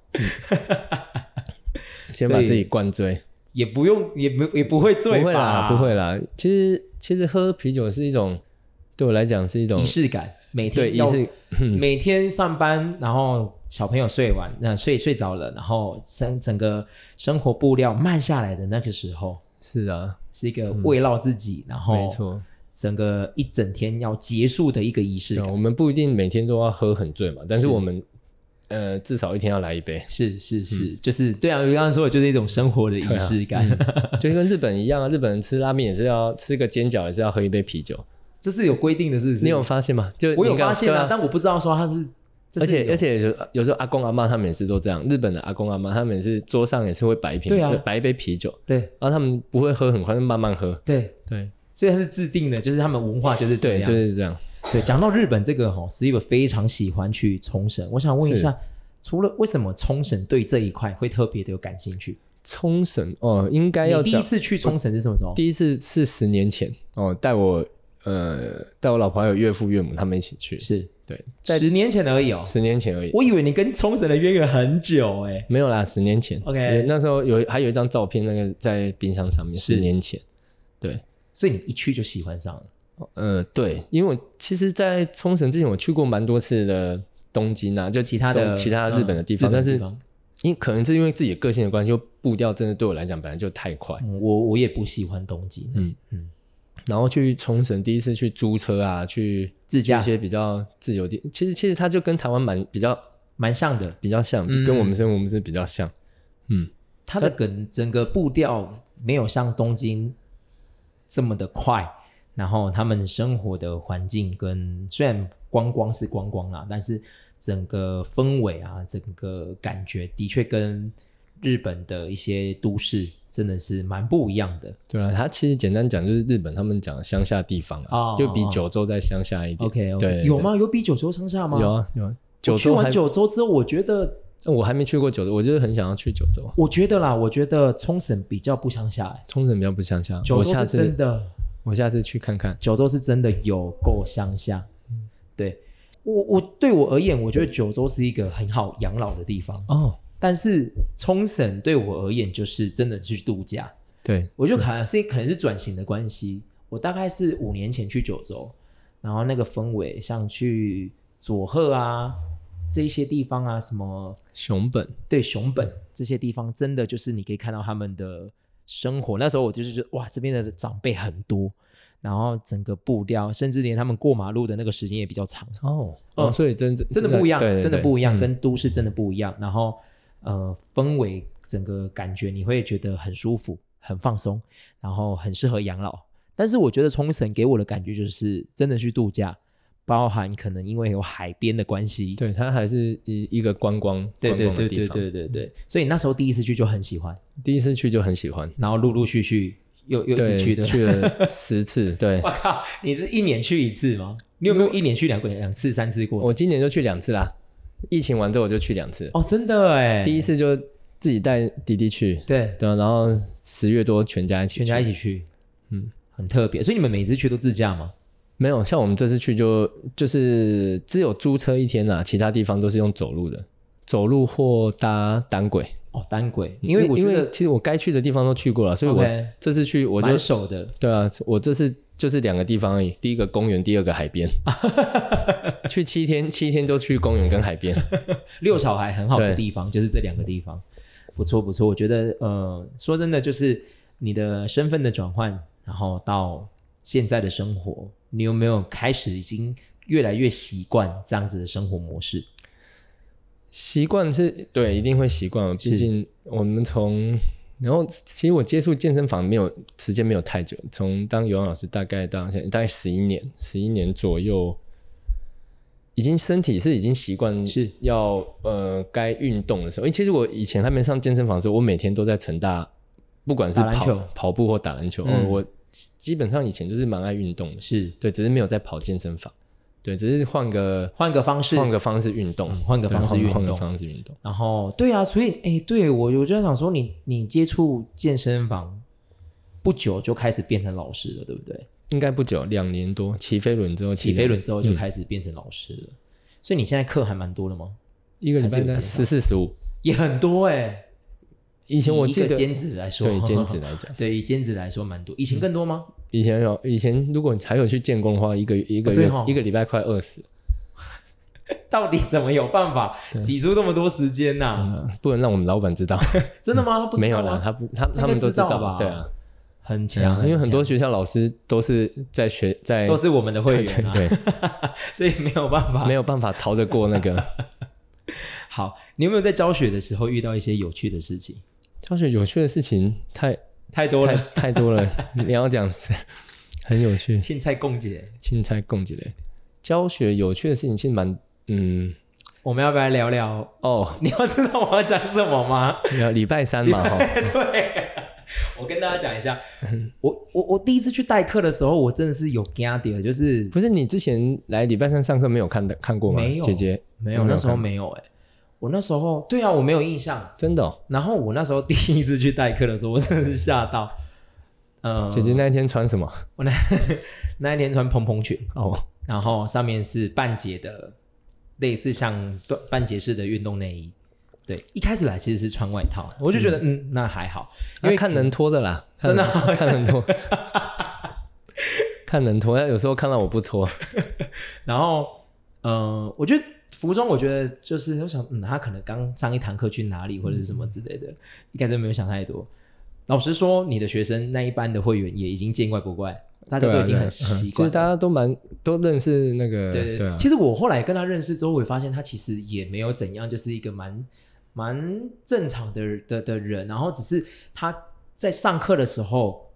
Speaker 3: 先把
Speaker 2: 所以
Speaker 3: 自己灌醉。
Speaker 2: 也不用，也不也不会醉吧？
Speaker 3: 不会啦，不会啦。其实其实喝啤酒是一种，对我来讲是一种
Speaker 2: 仪式感，每
Speaker 3: 嗯对
Speaker 2: 天
Speaker 3: 仪
Speaker 2: 要
Speaker 3: 式，嗯
Speaker 2: 每天上班，然后小朋友睡完，那睡睡着了，然后整整个生活步调慢下来的那个时候，
Speaker 3: 是啊，
Speaker 2: 是一个慰劳自己，然后
Speaker 3: 没，错。
Speaker 2: 整个一整天要结束的一个仪式
Speaker 3: 对啊，
Speaker 2: 感。
Speaker 3: 我们不一定每天都要喝很醉嘛，但是
Speaker 2: 是，
Speaker 3: 我们呃至少一天要来一杯 (laughs)
Speaker 2: 是是是，
Speaker 3: 嗯
Speaker 2: 就是对啊，我刚刚说的就是一种生活的
Speaker 3: 啊
Speaker 2: 仪式感，
Speaker 3: 就跟日本一样啊，日本人吃拉面也是要吃个煎饺，也是要喝一杯啤酒。
Speaker 2: (laughs) 这是有规定的，是不是？
Speaker 3: 你有发现吗？就
Speaker 2: 我有
Speaker 3: 你刚
Speaker 2: 发现
Speaker 3: 对
Speaker 2: 啊
Speaker 3: 啊，。
Speaker 2: 但我不知道说他是，这是
Speaker 3: 而
Speaker 2: 哦
Speaker 3: 且
Speaker 2: 有
Speaker 3: 而且有有时候阿公阿妈他们也是都这样，日本的阿公阿妈他们也是桌上也是会摆一瓶，
Speaker 2: 对啊
Speaker 3: 呃摆一杯啤酒，
Speaker 2: 对
Speaker 3: 然后他们不会喝很快，就慢慢喝。
Speaker 2: 对，
Speaker 3: 对
Speaker 2: 所以它是制定的，就是他们文化就是这
Speaker 3: 对，
Speaker 2: 样。
Speaker 3: 就是这样。
Speaker 2: 对，讲到日本这个哈，是一个非常喜欢去冲绳。我想问一下，除了为什么冲绳对这一块会特别的有感兴趣？
Speaker 3: 冲绳哦，应该要
Speaker 2: 你第一
Speaker 3: 讲
Speaker 2: 次去冲绳是什么时候？
Speaker 3: 第一次是十年前哦，带我呃带我老婆还有岳父岳母他们一起去，
Speaker 2: 是
Speaker 3: 对，在
Speaker 2: 十年前而已哦。
Speaker 3: 十年前而已，
Speaker 2: 我以为你跟冲绳的渊源很久哎、
Speaker 3: 没有啦，十年前。
Speaker 2: OK
Speaker 3: 也那时候有还有一张照片，那个在冰箱上面，
Speaker 2: 是
Speaker 3: 十年前。对，
Speaker 2: 所以你一去就喜欢上了。
Speaker 3: 呃，对，因为我其实，在冲绳之前，我去过蛮多次的东京啊，就
Speaker 2: 其他的
Speaker 3: 东其他日本的地
Speaker 2: 嗯
Speaker 3: 方，
Speaker 2: 日
Speaker 3: 但
Speaker 2: 本的
Speaker 3: 是
Speaker 2: 地方
Speaker 3: 因可能是因为自己的个性的关系，又步调真的对我来讲本来就太快，
Speaker 2: 嗯我我也不喜欢东京。
Speaker 3: 嗯然后去冲绳第一次去租车啊，去
Speaker 2: 自驾
Speaker 3: 去一些比较自由地，其实其实它就跟台湾蛮比较
Speaker 2: 蛮像的。
Speaker 3: 比较像，
Speaker 2: 嗯
Speaker 3: 跟我们生活模式比较像。嗯，
Speaker 2: 它的梗整个步调没有像东京这么的快，然后他们生活的环境跟虽然观光是观光啦，但是整个氛围啊，整个感觉的确跟日本的一些都市真的是蛮不一样的。
Speaker 3: 对啊，它其实简单讲就是日本他们讲的乡下地方啊，
Speaker 2: 哦
Speaker 3: 就比九州再乡下一点。
Speaker 2: OK
Speaker 3: 对
Speaker 2: OK，有？哦吗？有比九州乡下吗？
Speaker 3: 对有。啊有啊，九
Speaker 2: 我去
Speaker 3: 州还
Speaker 2: 完九州之后，我觉得，
Speaker 3: 我还没去过九州，我就是很想要去九州。
Speaker 2: 我觉得啦，我觉得冲绳比较不乡下、欸，
Speaker 3: 冲绳比较不乡下，
Speaker 2: 九
Speaker 3: 我
Speaker 2: 州
Speaker 3: 下
Speaker 2: 是
Speaker 3: 次
Speaker 2: 真的。
Speaker 3: 我下次去看看。
Speaker 2: 九州是真的有够乡下。对我，我对我而言，我觉得九州是一个很好养老的地方，
Speaker 3: 哦，
Speaker 2: 但是冲绳对我而言就是真的去度假。
Speaker 3: 对，
Speaker 2: 我就可能是可能是转型的关系，我大概是五年前去九州，然后那个氛围，像去佐贺啊这一些地方啊，什么
Speaker 3: 熊本
Speaker 2: 对熊本这些地方，真的就是你可以看到他们的生活。那时候我就是觉得，哇，这边的长辈很多，然后整个步调，甚至连他们过马路的那个时间也比较长，
Speaker 3: 哦
Speaker 2: 嗯
Speaker 3: 哦，所以真
Speaker 2: 真的不一样，啊
Speaker 3: 对对对
Speaker 2: 真的不一样，
Speaker 3: 嗯
Speaker 2: 跟都市真的不一样。然后呃，氛围整个感觉你会觉得很舒服、很放松，然后很适合养老。但是我觉得冲绳给我的感觉就是真的去度假，包含可能因为有海边的关系，
Speaker 3: 对，它还是一一个观光
Speaker 2: 对
Speaker 3: 观
Speaker 2: 对
Speaker 3: 光的
Speaker 2: 对
Speaker 3: 地
Speaker 2: 对
Speaker 3: 方。
Speaker 2: 对对对，所以你那时候第一次去就很喜欢，
Speaker 3: 第一次去就很喜欢，
Speaker 2: 然后陆陆续续又又一直
Speaker 3: 对，
Speaker 2: 去的。 (laughs)
Speaker 3: 了十次。对
Speaker 2: 我，靠，你是一年去一次吗？你有没有一年去两个两次、三次过？
Speaker 3: 我今年就去两次啦。疫情完之后我就去两次，
Speaker 2: 哦，真的哎，
Speaker 3: 第一次就自己带弟弟去，
Speaker 2: 对，
Speaker 3: 对啊，然后十月多全家一起，
Speaker 2: 全家一起，去，
Speaker 3: 嗯，
Speaker 2: 很特别。所以你们每次去都自驾吗？
Speaker 3: 没有像我们这次去就就是只有租车一天啦，其他地方都是用走路的，走路或搭单轨。
Speaker 2: 哦，单轨，因为我觉
Speaker 3: 因为
Speaker 2: 得
Speaker 3: 其实我该去的地方都去过了，所以我
Speaker 2: OK
Speaker 3: 这次去我就
Speaker 2: 蛮熟的，
Speaker 3: 对啊，我这次就是两个地方而已，第一个公园，第二个海
Speaker 2: (laughs)
Speaker 3: 边。去七天，七天都去公园跟海边。
Speaker 2: 遛小孩很好的
Speaker 3: 对
Speaker 2: 地方就是这两个地方，不错不错。我觉得呃，说真的，就是你的身份的转换，然后到现在的生活，你有没有开始已经越来越习惯这样子的生活模式？
Speaker 3: 习惯是对，一定会习惯。哦
Speaker 2: 是
Speaker 3: 毕竟我们从，然后其实我接触健身房没有时间没有太久，从当游泳老师大概到现在大概十一年，十一年左右，已经身体是已经习惯
Speaker 2: 是
Speaker 3: 要呃该运动的时候。因为其实我以前还没上健身房的时候，我每天都在成大，不管是
Speaker 2: 打篮
Speaker 3: 跑
Speaker 2: 球
Speaker 3: 跑步或打篮球，
Speaker 2: 嗯
Speaker 3: 哦我基本上以前就是蛮爱运动的，
Speaker 2: 是
Speaker 3: 对，只是没有在跑健身房，对，只是换个
Speaker 2: 换个方式，
Speaker 3: 换个方式运动
Speaker 2: 嗯，换个
Speaker 3: 对
Speaker 2: 方式运
Speaker 3: 换个
Speaker 2: 动
Speaker 3: 方式运动。
Speaker 2: 然后对啊，所以哎、对我我就在想说你，你接触健身房不久就开始变成老师了，对不对？
Speaker 3: 应该不久，两年多，起飞轮之后，
Speaker 2: 起飞轮之后就
Speaker 3: 嗯
Speaker 2: 开始变成老师了，所以你现在课还蛮多的吗？
Speaker 3: 一个礼
Speaker 2: 还是有
Speaker 3: 拜
Speaker 2: 减
Speaker 3: 十四十五。
Speaker 2: 也很多哎、
Speaker 3: 以
Speaker 2: 以
Speaker 3: 前我
Speaker 2: 一
Speaker 3: 记
Speaker 2: 个
Speaker 3: 得
Speaker 2: 兼职来说，
Speaker 3: 对兼职嗯来
Speaker 2: (laughs)
Speaker 3: 讲，
Speaker 2: 对以兼职来说蛮多，以前更多吗？
Speaker 3: (laughs) 以前有以前如果你还有去建工的话，一个一个
Speaker 2: 哦
Speaker 3: 月、
Speaker 2: 对哦
Speaker 3: 一个礼拜快二十、
Speaker 2: 到底怎么有办法挤出这么多时间呐、
Speaker 3: 嗯不能让我们老板知道。
Speaker 2: 真的吗？他不知道
Speaker 3: 没有啦，
Speaker 2: 吗
Speaker 3: 他不他
Speaker 2: 该
Speaker 3: 他们都
Speaker 2: 知道吧
Speaker 3: 对啊，
Speaker 2: 很
Speaker 3: 对啊
Speaker 2: 强，
Speaker 3: 因为很多
Speaker 2: 强
Speaker 3: 学校老师都是在学在
Speaker 2: 都是我们的会
Speaker 3: 对
Speaker 2: 员啊，
Speaker 3: 对 (laughs) 对，
Speaker 2: (laughs) 所以没有办法。
Speaker 3: 没有办法逃得过那个
Speaker 2: 好，你有没有在教学的时候遇到一些有趣的事情？
Speaker 3: 教学有趣的事情太
Speaker 2: 太多
Speaker 3: 太
Speaker 2: 了，
Speaker 3: 太多 (laughs) 了，你要讲是很有趣。
Speaker 2: 青菜共解，
Speaker 3: 青菜共几类，教学有趣的事情其实蛮嗯
Speaker 2: 我们要不要来聊聊？
Speaker 3: 哦，
Speaker 2: (laughs) 你要知道我要讲什么 (laughs) 吗？
Speaker 3: 要礼拜三嘛哈，
Speaker 2: (laughs) 对，我跟大家讲一下，我我我第一次去代课的时候，我真的是有惊的，就是
Speaker 3: 不是你之前来礼拜三上课没有看的看过吗？
Speaker 2: 没有
Speaker 3: 姐姐
Speaker 2: 没有
Speaker 3: 有
Speaker 2: 那时候
Speaker 3: 看
Speaker 2: 没有哎、我那时候对啊，我没有印象。
Speaker 3: 真的、哦，
Speaker 2: 然后我那时候第一次去代课的时候，我真的是吓到。呃，
Speaker 3: 姐姐那一天穿什么？
Speaker 2: 我那 (laughs) 那一天穿蓬蓬裙，
Speaker 3: 哦，
Speaker 2: 然后上面是半截的，类似像短半截式的运动内衣。对，一开始来其实是穿外套，我就觉得嗯那还好，因
Speaker 3: 因
Speaker 2: 为
Speaker 3: 为看能脱的啦，
Speaker 2: (laughs) 真的
Speaker 3: 看能看能
Speaker 2: (laughs)
Speaker 3: 脱，看能脱。但有时候看到我不脱，
Speaker 2: 然后，呃，我觉得服装，我觉得就是我想，嗯，他可能刚上一堂课去哪里或者是什么之类的，应该就没有想太多。老实说，你的学生那一班的会员也已经见怪不怪，大家
Speaker 3: 对啊
Speaker 2: 都已经
Speaker 3: 对
Speaker 2: 很
Speaker 3: 啊
Speaker 2: 习
Speaker 3: 其
Speaker 2: 惯
Speaker 3: 实
Speaker 2: 了。
Speaker 3: 大家都蛮都认识那个，
Speaker 2: 对对
Speaker 3: 对啊，
Speaker 2: 其实我后来跟他认识之后，我也发现他其实也没有怎样，就是一个蛮蛮正常的的的人。然后只是他在上课的时候，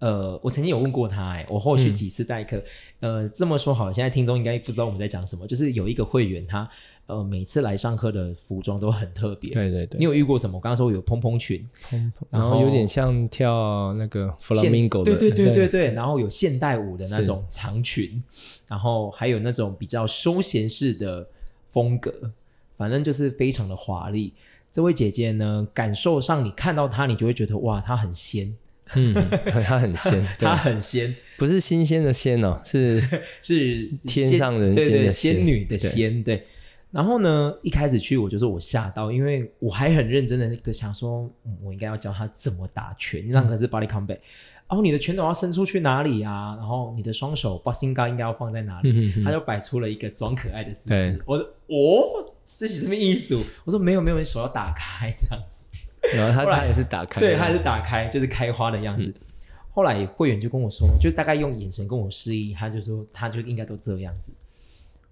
Speaker 2: 呃，我曾经有问过他、哎，我后续几次代课，呃，这么说好了，现在听众应该不知道我们在讲什么，就是有一个会员他，呃，每次来上课的服装都很特别。
Speaker 3: 对对
Speaker 2: 你
Speaker 3: 对。
Speaker 2: 有遇过什么？我刚刚说有蓬蓬裙，
Speaker 3: 然
Speaker 2: 然
Speaker 3: 后
Speaker 2: 后
Speaker 3: 有点像跳那个
Speaker 2: 现
Speaker 3: flamingo
Speaker 2: 对
Speaker 3: 的，
Speaker 2: 对
Speaker 3: (laughs)
Speaker 2: 对对对，然后有现代舞的那
Speaker 3: 是
Speaker 2: 种长裙，然后还有那种比较休闲式的风格，反正就是非常的华丽。这位姐姐呢，感受上你看到她，你就会觉得哇，她很仙，
Speaker 3: 嗯，它很鲜，
Speaker 2: (laughs)
Speaker 3: 对
Speaker 2: 她，很仙，
Speaker 3: 不是新鲜的鲜哦，是
Speaker 2: 是
Speaker 3: 天
Speaker 2: 仙
Speaker 3: 上人
Speaker 2: 对
Speaker 3: 间
Speaker 2: 对
Speaker 3: 的
Speaker 2: 仙
Speaker 3: 仙
Speaker 2: 女的
Speaker 3: 对
Speaker 2: 仙对。然后呢，一开始去我就说我吓到，因为我还很认真的想说，嗯，我应该要教她怎么打拳，
Speaker 3: 嗯
Speaker 2: 那个是 body combat，然后你的拳头要伸出去哪里啊？然后你的双手 boxing guard 应该要放在哪里？
Speaker 3: 嗯嗯
Speaker 2: 他就摆出了一个装可爱的姿
Speaker 3: 对
Speaker 2: 势。我说哦，这是什么意思？我说没有没有，你手要打开这样子。
Speaker 3: 然后他
Speaker 2: 后来
Speaker 3: 他也是打开，
Speaker 2: 对，他还是打开，就是开花的样子。
Speaker 3: 嗯
Speaker 2: 后来会员就跟我说，就大概用眼神跟我示意，他就说他就应该都这样子。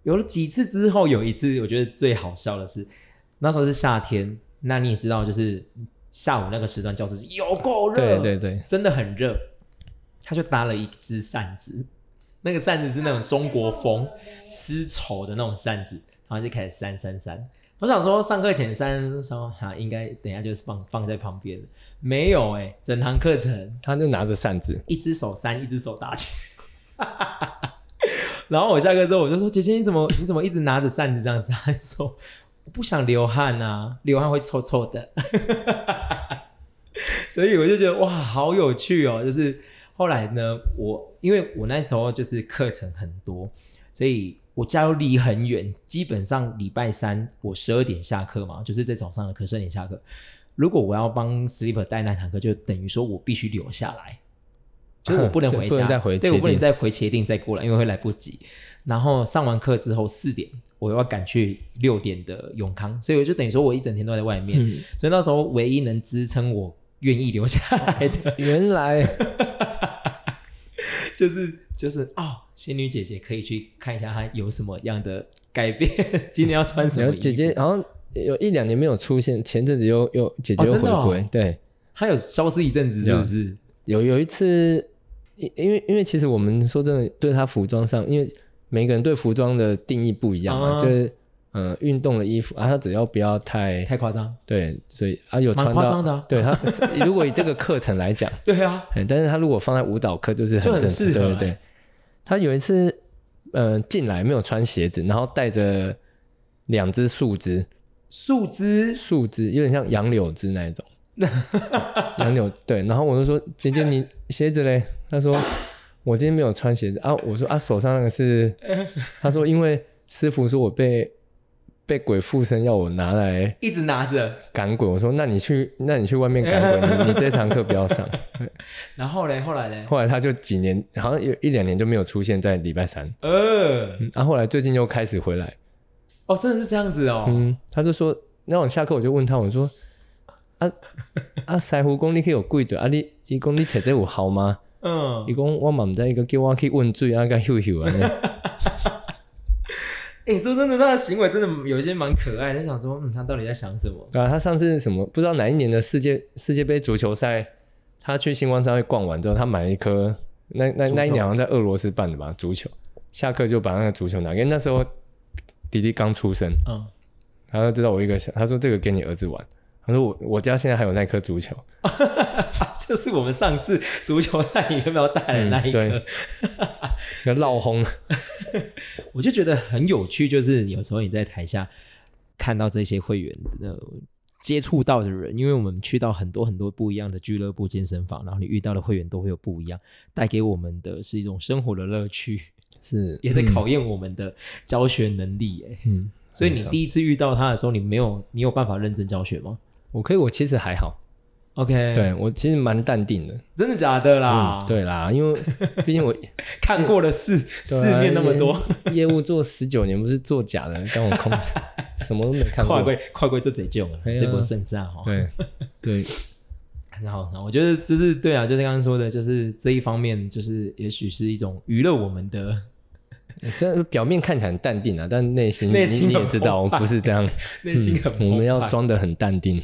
Speaker 2: 有了几次之后，有一次我觉得最好笑的是，那时候是夏天，那你也知道，就是下午那个时段教室是有够热，
Speaker 3: 对对对，
Speaker 2: 真的很热。他就搭了一只扇子，那个扇子是那种中国风丝绸的那种扇子，然后就开始扇扇扇。我想说上课前扇说哈、啊，应该等一下就是放放在旁边了没有哎、整堂课程
Speaker 3: 他就拿着扇子，
Speaker 2: 一只手扇，一只手打拳。 (laughs) 然后我下课之后，我就说：“姐姐，你怎么你怎么一直拿着扇子这样子？”她就说：“我不想流汗啊，流汗会臭臭的。”所以我就觉得哇，好有趣哦！就是后来呢，我因为我那时候就是课程很多，所以我家又离很远，基本上礼拜三我十二点下课嘛，就是在早上的课十二点下课。如果我要帮 Sleeper 带那堂课，就等于说我必须留下来，就是我不能
Speaker 3: (laughs) 对
Speaker 2: 回家，
Speaker 3: 不能再回
Speaker 2: 对，
Speaker 3: 茄
Speaker 2: 我不能
Speaker 3: 定
Speaker 2: 再回茄定再过来，因为会来不及。然后上完课之后四点，我又要赶去六点的永康，所以我就等于说我一整天都在外面。
Speaker 3: 嗯，
Speaker 2: 所以那时候唯一能支撑我愿意留下来的，
Speaker 3: 原
Speaker 2: (laughs)
Speaker 3: 来
Speaker 2: 就是就是哦，仙女姐姐可以去看一下她有什么样的改变， (laughs) 今天要穿什
Speaker 3: 然
Speaker 2: 么
Speaker 3: 后
Speaker 2: 衣服。
Speaker 3: 姐姐好像有一两年没有出现，前阵子又又姐姐
Speaker 2: 哦
Speaker 3: 又回
Speaker 2: 真的哦
Speaker 3: 归，对，
Speaker 2: 她有消失一阵子，是不是？
Speaker 3: 有有一次，因因为因为其实我们说真的，对他服装上，因为每个人对服装的定义不一样嘛，
Speaker 2: 啊
Speaker 3: 就是嗯、呃运动的衣服啊，他只要不要太
Speaker 2: 太夸张，
Speaker 3: 对，所以啊有
Speaker 2: 蛮
Speaker 3: 穿
Speaker 2: 夸
Speaker 3: 到，
Speaker 2: 张的、啊。
Speaker 3: 对他如果以这个课程来讲，
Speaker 2: 对啊，
Speaker 3: 嗯但是他如果放在舞蹈课就是
Speaker 2: 就
Speaker 3: 很
Speaker 2: 很
Speaker 3: 正
Speaker 2: 适
Speaker 3: 常，
Speaker 2: 合
Speaker 3: 对对
Speaker 2: 欸
Speaker 3: 对。他有一次嗯、呃进来没有穿鞋子，然后带着两只树枝，
Speaker 2: 树枝
Speaker 3: 树枝有点像杨柳枝那一
Speaker 2: (laughs)
Speaker 3: 种，杨柳对。然后我就说：“姐姐，你鞋子嘞？”她说：“我今天没有穿鞋子啊。”我说：“啊，手上那
Speaker 2: (laughs)
Speaker 3: 个是？”她说：“因为师傅说我被被鬼附身，要我拿来
Speaker 2: 一直拿着，
Speaker 3: 赶鬼。”我说：“那你去，那你去外面赶鬼，你你这堂课不要上。
Speaker 2: 然后嘞，后来嘞”，
Speaker 3: 后来他就几年，好像有一两年就没有出现在礼拜三。
Speaker 2: 呃，
Speaker 3: 嗯，啊，后来最近又开始回来，
Speaker 2: 哦，真的是这样子哦，
Speaker 3: 嗯，他就说，那我下课我就问他，我说，啊 (laughs) 啊，师傅讲你去有跪着，啊你，伊讲你摕这有效吗？
Speaker 2: 嗯
Speaker 3: 伊，讲我嘛毋知，伊个叫我去问水，啊甲休休啊，
Speaker 2: 哎、说真的，他的行为真的有一些蛮可爱的，就想说，嗯，他到底在想什么？
Speaker 3: 啊，他上次什么不知道哪一年的世界世界杯足球赛，他去星光商会逛完之后，他买了一颗，那那
Speaker 2: 足球
Speaker 3: 那一年好像在俄罗斯办的吧，足球，下课就把那个足球拿给，因为那时候弟弟刚出生，
Speaker 2: 嗯， (laughs)
Speaker 3: 然后知道我一个小，他说这个给你儿子玩，他说我我家现在还有那颗足球，
Speaker 2: 就是我们上次足球赛里面要带的那一个，
Speaker 3: 嗯对那闹轰。
Speaker 2: 我就觉得很有趣，就是有时候你在台下看到这些会员，呃，接触到的人，因为我们去到很多很多不一样的俱乐部、健身房，然后你遇到的会员都会有不一样，带给我们的是一种生活的乐趣，
Speaker 3: 是
Speaker 2: 也在考验我们的教学能力、哎、
Speaker 3: 嗯，
Speaker 2: 所以你
Speaker 3: 没错
Speaker 2: 第一次遇到他的时候，你没有，你有办法认真教学吗
Speaker 3: 我可以，我其实还好，
Speaker 2: ？OK，，
Speaker 3: 对我其实蛮淡定的
Speaker 2: 真的假的啦？
Speaker 3: 嗯，，对啦，因为毕
Speaker 2: (laughs)
Speaker 3: 竟我
Speaker 2: 看过的世世
Speaker 3: 对啊
Speaker 2: 面那么多，
Speaker 3: 业业务做十九年，不是做假的，当我空 (laughs) 什么都没
Speaker 2: (laughs)
Speaker 3: 看
Speaker 2: 快
Speaker 3: 过。
Speaker 2: 归快归这贼囧了，
Speaker 3: 哎呀
Speaker 2: 这波哦圣战哈。
Speaker 3: 对对，
Speaker 2: 很好，很好。我觉得就是对啊，就是刚刚说的，就是这一方面，就是也许是一种娱乐我们
Speaker 3: (laughs)
Speaker 2: 的，
Speaker 3: 真的表面看起来很淡定啊，但内心
Speaker 2: 内心
Speaker 3: 你
Speaker 2: 很
Speaker 3: 也知道
Speaker 2: 澎湃
Speaker 3: 不是这样，
Speaker 2: (laughs) 内心很、
Speaker 3: 嗯我们要。装的很淡定。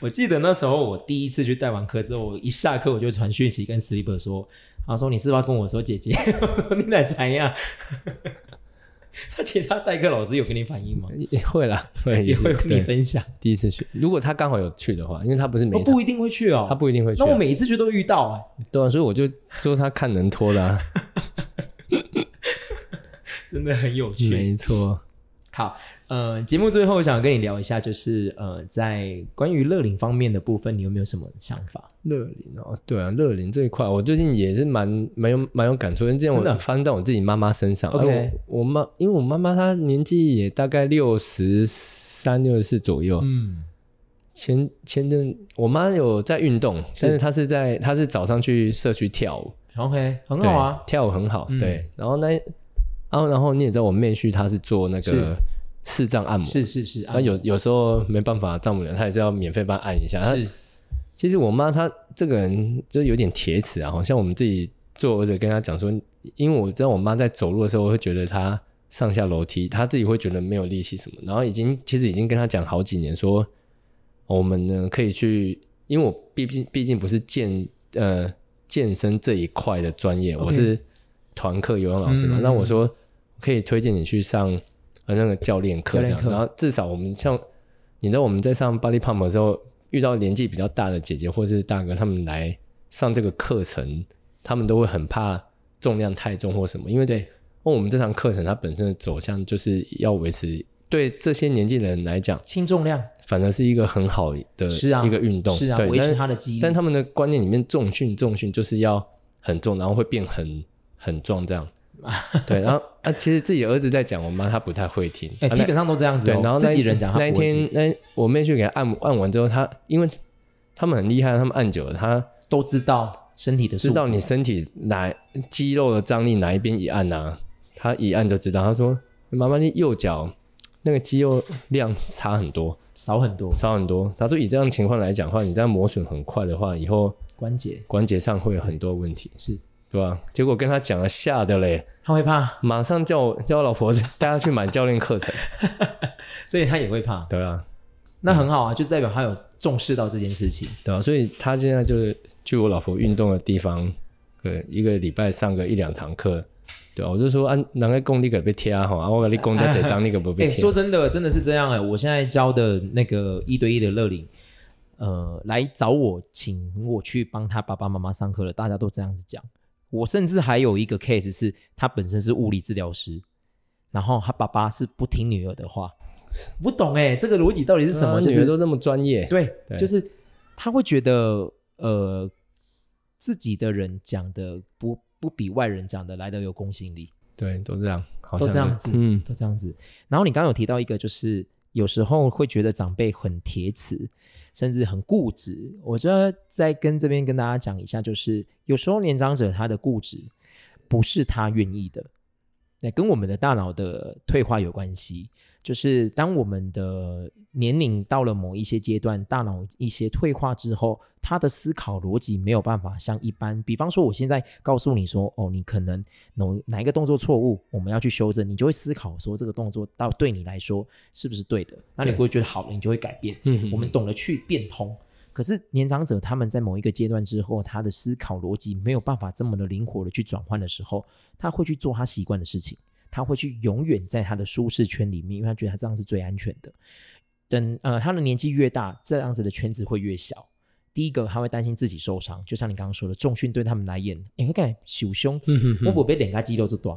Speaker 2: 我记得那时候我第一次去带完课之后，我一下课我就传讯息跟 Sleeper 说，他说你是不是要跟我说姐姐？ (laughs) 我说你哪怎样？他其他代课老师有跟你反映吗？
Speaker 3: 也会啦，会
Speaker 2: 也
Speaker 3: 是
Speaker 2: 会跟你
Speaker 3: 对
Speaker 2: 分享？
Speaker 3: 第一次去，如果他刚好有去的话，因为他不是
Speaker 2: 我
Speaker 3: 没
Speaker 2: 不一定会去哦，
Speaker 3: 他不一定会去
Speaker 2: 那
Speaker 3: 啊、
Speaker 2: 我每一次去都遇到哎、
Speaker 3: 对啊，所以我就说他看能
Speaker 2: (laughs)
Speaker 3: 拖的、啊，
Speaker 2: 真的很有趣。
Speaker 3: 没错，
Speaker 2: 好，呃，节目最后我想跟你聊一下，就是呃，在关于乐龄方面的部分，你有没有什么想法？
Speaker 3: 乐龄哦，对啊，乐龄这一块，我最近也是蛮蛮有蛮有感触，因为之前
Speaker 2: 真的啊
Speaker 3: 我发生在我自己妈妈身上。
Speaker 2: OK
Speaker 3: 哎我我妈，因为我妈妈她年纪也大概六十三、六十四左右。
Speaker 2: 嗯，
Speaker 3: 前前阵我妈有在运动，但是她是在她是早上去社区跳舞，
Speaker 2: OK，很
Speaker 3: 很
Speaker 2: 好啊。
Speaker 3: 跳舞很好。
Speaker 2: 嗯
Speaker 3: 对，然后那然后然后你也知道，我妹婿他是做那
Speaker 2: 是
Speaker 3: 个视障按摩，
Speaker 2: 是是是，
Speaker 3: 那有有时候没办法，丈母娘她也是要免费帮她按一下。她
Speaker 2: 是
Speaker 3: 其实我妈她这个人就有点铁齿啊，好像我们自己做或者跟她讲说，因为我知道我妈在走路的时候会觉得她上下楼梯，她自己会觉得没有力气什么，然后已经其实已经跟她讲好几年说，哦我们呢可以去，因为我毕竟毕竟不是健呃健身这一块的专业，我
Speaker 2: OK
Speaker 3: 是团课游泳老师嘛，
Speaker 2: 嗯
Speaker 3: 那我说可以推荐你去上呃那个教练课
Speaker 2: 教
Speaker 3: 这
Speaker 2: 练
Speaker 3: 样，
Speaker 2: 课
Speaker 3: 然后至少我们像你知道我们在上 body pump 的时候，遇到年纪比较大的姐姐或是大哥，他们来上这个课程，他们都会很怕重量太重或什么，因为哦
Speaker 2: 对
Speaker 3: 因为我们这堂课程它本身的走向就是要维持对这些年纪的人来讲，
Speaker 2: 轻重量
Speaker 3: 反而是一个很好的
Speaker 2: 是啊
Speaker 3: 呃一个运动，
Speaker 2: 是啊，
Speaker 3: 对，
Speaker 2: 维
Speaker 3: 但
Speaker 2: 持
Speaker 3: 是
Speaker 2: 他的肌力。
Speaker 3: 但他们的观念里面，重训重训就是要很重，然后会变很很壮这样。对，然后啊，其实自己儿子在讲，我妈她不太会听，
Speaker 2: 哎、
Speaker 3: 啊
Speaker 2: 基本上都这样
Speaker 3: 那
Speaker 2: 子、哦，
Speaker 3: 对，然后那
Speaker 2: 自己人讲他
Speaker 3: 那一
Speaker 2: 不会
Speaker 3: 天
Speaker 2: 听，
Speaker 3: 那我妹去给她按摩按完之后，她因为他们很厉害，他们按久了，她
Speaker 2: 都知道身体的素
Speaker 3: 知
Speaker 2: 质，
Speaker 3: 道你身体哪肌肉的张力哪一边一按啊，她一按就知道。她说：“妈妈，你右脚那个肌肉量差很多，
Speaker 2: 少很多
Speaker 3: 差很多。”她说：“以这样情况来讲的话，你这样磨损很快的话，以后
Speaker 2: 关节
Speaker 3: 关节上会有很多问题。”
Speaker 2: 是，
Speaker 3: 对吧、啊结果跟他讲了，吓的嘞，
Speaker 2: 他会怕，
Speaker 3: 马上叫我 (laughs) 叫我老婆带他去买教练课程。
Speaker 2: 所以他也会怕。
Speaker 3: 对啊，
Speaker 2: 那很好啊，就代表他有重视到这件事情。
Speaker 3: 对啊，所以他现在就是去我老婆运动的地方，对，一个礼拜上个一两堂课。对啊，我就说啊，人家供那个被贴啊，吼，啊，我跟你供在这当那个
Speaker 2: (laughs)
Speaker 3: 不
Speaker 2: 哎、
Speaker 3: 被贴啊
Speaker 2: 说。真的，真的是这样哎、我现在教的那个一对一的乐龄，呃，来找我请我去帮他爸爸妈妈上课了，大家都这样子讲。我甚至还有一个 case 是，他本身是物理治疗师，然后他爸爸是不听女儿的话， (laughs) 嗯不懂哎、这个逻辑到底是什么？
Speaker 3: 啊
Speaker 2: 就
Speaker 3: 女
Speaker 2: 是
Speaker 3: 儿都那么专业，
Speaker 2: 对，
Speaker 3: 对
Speaker 2: 就是他会觉得呃，自己的人讲的不不比外人讲的来的有公信力，
Speaker 3: 对，都这样，好
Speaker 2: 都
Speaker 3: 像
Speaker 2: 这样子，
Speaker 3: 嗯，
Speaker 2: 都这样子。然后你刚刚有提到一个，就是有时候会觉得长辈很铁齿，甚至很固执。我觉得在跟这边跟大家讲一下，就是有时候年长者他的固执不是他愿意的，那跟我们的大脑的退化有关系。就是当我们的年龄到了某一些阶段，大脑一些退化之后，他的思考逻辑没有办法像一般。比方说，我现在告诉你说，哦，你可能哪哪一个动作错误，我们要去修正，你就会思考说这个动作到对你来说是不是对的，那你
Speaker 3: 对
Speaker 2: 会觉得好了，你就会改变。
Speaker 3: 嗯嗯
Speaker 2: 我们懂得去变通。可是年长者他们在某一个阶段之后，他的思考逻辑没有办法这么的灵活的去转换的时候，他会去做他习惯的事情，他会去永远在他的舒适圈里面，因为他觉得他这样是最安全的。等呃他的年纪越大，这样子的圈子会越小。第一个，他会担心自己受伤，就像你刚刚说的，重训对他们来演，你会感觉手胸，
Speaker 3: 嗯
Speaker 2: 我不被脸颊肌肉就短，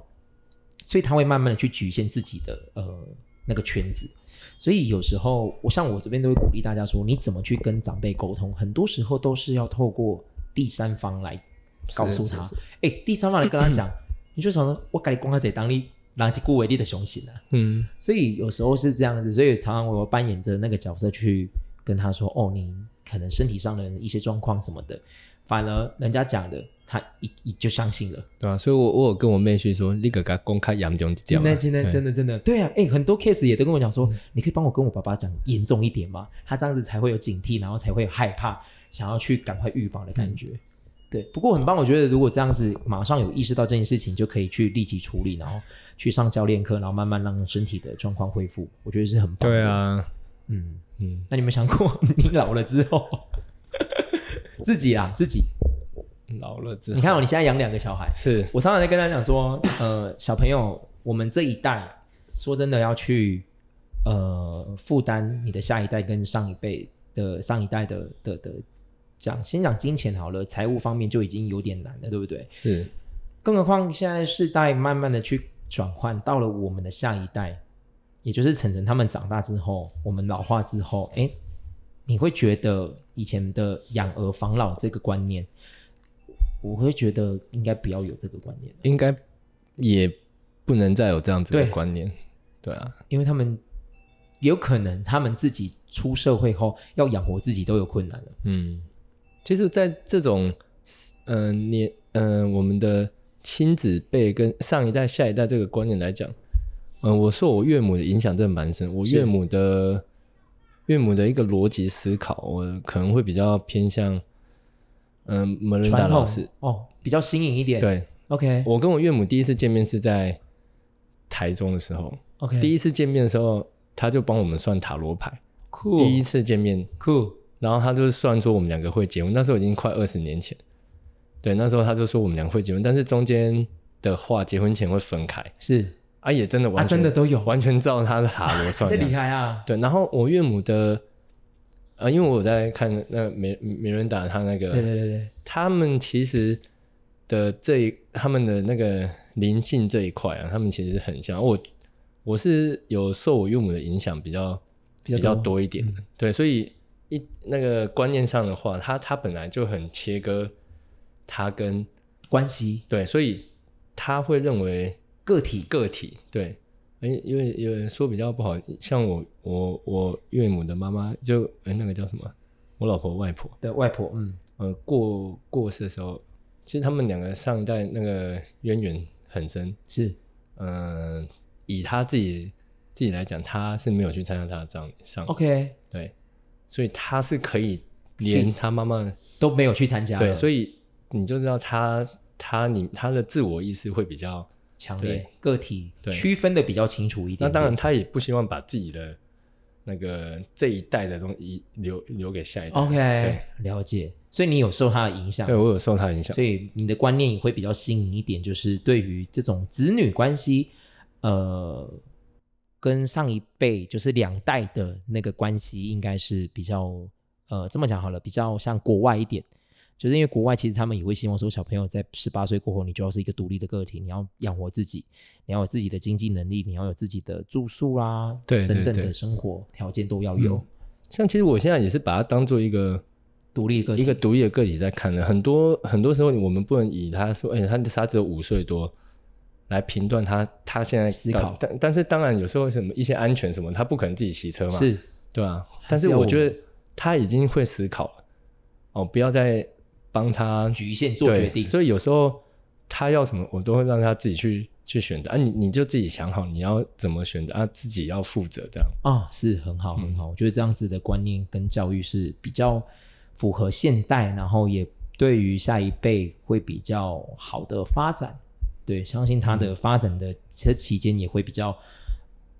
Speaker 2: 所以他会慢慢的去局限自己的呃那个圈子。所以有时候我像我这边都会鼓励大家说，你怎么去跟长辈沟通，很多时候都是要透过第三方来告诉他
Speaker 3: 是是。
Speaker 2: 哎、第三方来跟他
Speaker 3: (clears throat)
Speaker 2: 讲，你就想说，我跟你光他这当你拿起顾为例的雄心啊。
Speaker 3: 嗯，
Speaker 2: 所以有时候是这样子，所以常常我扮演着那个角色去跟他说：“哦，你可能身体上的一些状况什么的。”反而人家讲的，他一一就相信了。
Speaker 3: 对啊，所以我我有跟我妹去说，你个给公开严重一点
Speaker 2: 今
Speaker 3: 啊，
Speaker 2: 天今天
Speaker 3: 对嗯
Speaker 2: 真的真的，对啊，哎、很多 case 也都跟我讲说，你可以帮我跟我爸爸讲严重一点吗？他这样子才会有警惕，然后才会害怕，想要去赶快预防的感
Speaker 3: 嗯
Speaker 2: 觉。对，不过很棒，我觉得如果这样子马上有意识到这件事情，就可以去立即处理，然后去上教练课，然后慢慢让身体的状况恢复，我觉得是很棒。
Speaker 3: 对，啊，
Speaker 2: 嗯，
Speaker 3: 嗯。
Speaker 2: 那你有没有想过 (laughs) 你老了之后自己啊自己？
Speaker 3: 老了之后，
Speaker 2: 你看哦，你现在养两个小孩，
Speaker 3: 是
Speaker 2: 我常常在跟他讲说，呃，小朋友，我们这一代说真的要去呃负担你的下一代跟上一辈的上一代的的的讲，先讲金钱好了，财务方面就已经有点难了，对不对？
Speaker 3: 是，
Speaker 2: 更何况现在世代慢慢的去转换，到了我们的下一代，也就是晨晨他们长大之后，我们老化之后，哎，你会觉得以前的养儿防老这个观念，我会觉得应该不要有这个观念，
Speaker 3: 应该也不能再有这样子的
Speaker 2: 对
Speaker 3: 观念。对啊，
Speaker 2: 因为他们有可能他们自己出社会后要养活自己都有困难了。
Speaker 3: 嗯，其实，在这种嗯、呃年嗯、我们的亲子辈跟上一代、下一代这个观念来讲，嗯、我受我岳母的影响真的蛮深。我
Speaker 2: 是
Speaker 3: 岳母的岳母的一个逻辑思考，我可能会比较偏向嗯蒙伦达
Speaker 2: 传
Speaker 3: 老
Speaker 2: 统
Speaker 3: 师。
Speaker 2: 哦，比较新颖一点。
Speaker 3: 对
Speaker 2: ，OK
Speaker 3: 我跟我岳母第一次见面是在台中的时候。
Speaker 2: OK，
Speaker 3: 第
Speaker 2: 一
Speaker 3: 一次见面的时候，他就帮我们算塔罗牌。
Speaker 2: 酷
Speaker 3: 第一次见面，
Speaker 2: 酷
Speaker 3: 然后他就算说我们两个会结婚，那时候已经快二十年前。对，那时候他就说我们两个会结婚，但是中间的话，结婚前会分开
Speaker 2: 是
Speaker 3: 啊，也真的
Speaker 2: 啊，
Speaker 3: 完全、
Speaker 2: 真的都有，
Speaker 3: 完全照他的塔罗算
Speaker 2: 这
Speaker 3: 的。
Speaker 2: 厉害啊！
Speaker 3: 对，然后我岳母的，呃，因为我在看那个美美伦达他那个，
Speaker 2: 对对对对，
Speaker 3: 他们其实的这一他们的那个灵性这一块啊，他们其实很像我。我是有受我岳母的影响比较
Speaker 2: 比较多嗯
Speaker 3: 多一点的，对，所以一那个观念上的话，他他本来就很切割他跟
Speaker 2: 关系
Speaker 3: 对，所以他会认为
Speaker 2: 个体
Speaker 3: 个体对，因因为有人说比较不好，像我我我岳母的妈妈就哎那个叫什么，我老婆外婆，
Speaker 2: 的外婆，嗯，
Speaker 3: 呃过过世的时候，其实他们两个上一代那个渊源很深。
Speaker 2: 是
Speaker 3: 嗯、以他自己自己来讲，他是没有去参加他的葬礼上
Speaker 2: OK，
Speaker 3: 对，所以他是可以连他妈妈
Speaker 2: 都没有去参加了，
Speaker 3: 对，所
Speaker 2: 以
Speaker 3: 以你就知道他他你他的自我意识会比较。
Speaker 2: 强烈
Speaker 3: 对
Speaker 2: 个体
Speaker 3: 对
Speaker 2: 区分的比较清楚一
Speaker 3: 那
Speaker 2: 点点。
Speaker 3: 当然，他也不希望把自己的那个这一代的东西留留给下一
Speaker 2: 哦
Speaker 3: 代。
Speaker 2: OK，
Speaker 3: 对
Speaker 2: 了解。所以你有受他的影响
Speaker 3: 对，我有受他影响
Speaker 2: 所。以你的观念也会比较新颖一点，就是对于这种子女关系，呃，跟上一辈就是两代的那个关系，应该是比较呃，这么讲好了，比较像国外一点。就是因为国外其实他们也会希望说，小朋友在十八岁过后，你就要是一个独立的个体，你要养活自己，你要有自己的经济能力，你要有自己的住宿啦，
Speaker 3: 对对
Speaker 2: 等等的
Speaker 3: 对
Speaker 2: 生活条件都要有。
Speaker 3: 嗯像其实我现在也是把它当做一个
Speaker 2: 独立个体
Speaker 3: 一个独立的个体在看的。很多很多时候，我们不能以他说，哎、他他只有五岁多来评断他他现在
Speaker 2: 思考
Speaker 3: 但但是当然，有时候什么一些安全什么，他不可能自己骑车嘛，
Speaker 2: 是
Speaker 3: 对啊。
Speaker 2: 还
Speaker 3: 但
Speaker 2: 是
Speaker 3: 是
Speaker 2: 要
Speaker 3: 我
Speaker 2: 我
Speaker 3: 觉
Speaker 2: 们
Speaker 3: 得他已经会思考了，哦，不要再帮他
Speaker 2: 局限做决
Speaker 3: 对
Speaker 2: 定，
Speaker 3: 所以有时候他要什么，我都会让他自己去去选择啊。你你就自己想好你要怎么选择啊，自己要负责这样。
Speaker 2: 啊、是很好
Speaker 3: 嗯
Speaker 2: 很好，我觉得这样子的观念跟教育是比较符合现代，然后也对于下一辈会比较好的发展。对，相信他
Speaker 3: 嗯
Speaker 2: 的发展的这期间也会比较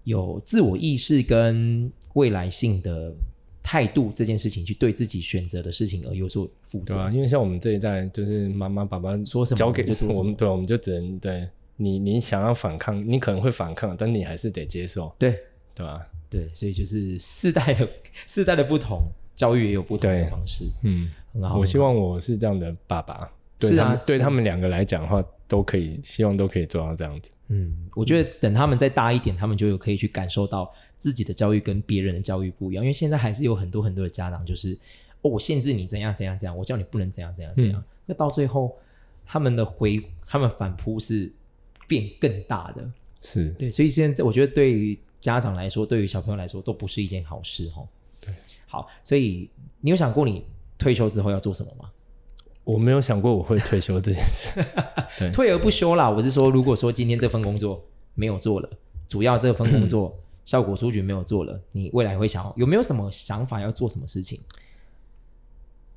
Speaker 2: 有自我意识跟未来性的态度这件事情，去对自己选择的事情而有所负责。
Speaker 3: 对啊，因为像我们这一代，就是妈妈、爸爸
Speaker 2: 说什么
Speaker 3: 交给
Speaker 2: 我们就做什么
Speaker 3: 我们，对，啊我们就只能对你，你想要反抗，你可能会反抗，但你还是得接受，
Speaker 2: 对
Speaker 3: 对吧？
Speaker 2: 对，所以就是世代的世代的不同，教育也有不同的
Speaker 3: 对
Speaker 2: 方式。
Speaker 3: 嗯，
Speaker 2: 很好，
Speaker 3: 我希
Speaker 2: 很好
Speaker 3: 望我是这样的爸爸，对
Speaker 2: 是
Speaker 3: 他
Speaker 2: 啊
Speaker 3: 们，对
Speaker 2: 是
Speaker 3: 他们两个来讲的话，都可以，希望都可以做到这样子。
Speaker 2: 嗯，我觉得等他们再大一点，他们就有可以去感受到自己的教育跟别人的教育不一样。因为现在还是有很多很多的家长就是，哦，我限制你怎样怎样怎样，我叫你不能怎样怎样怎样。那、到最后，他们的回，他们反扑是变更大的。
Speaker 3: 是，
Speaker 2: 对，所以现在我觉得对于家长来说，对于小朋友来说，都不是一件好事哦。
Speaker 3: 对，
Speaker 2: 好，所以你有想过你退休之后要做什么吗？
Speaker 3: 我没有想过我会退休这件事。对
Speaker 2: 退而不休啦。我是说，如果说今天这份工作没有做了，主要这份工作
Speaker 3: 嗯
Speaker 2: 效果书局没有做了，你未来会想要有没有什么想法要做什么事情？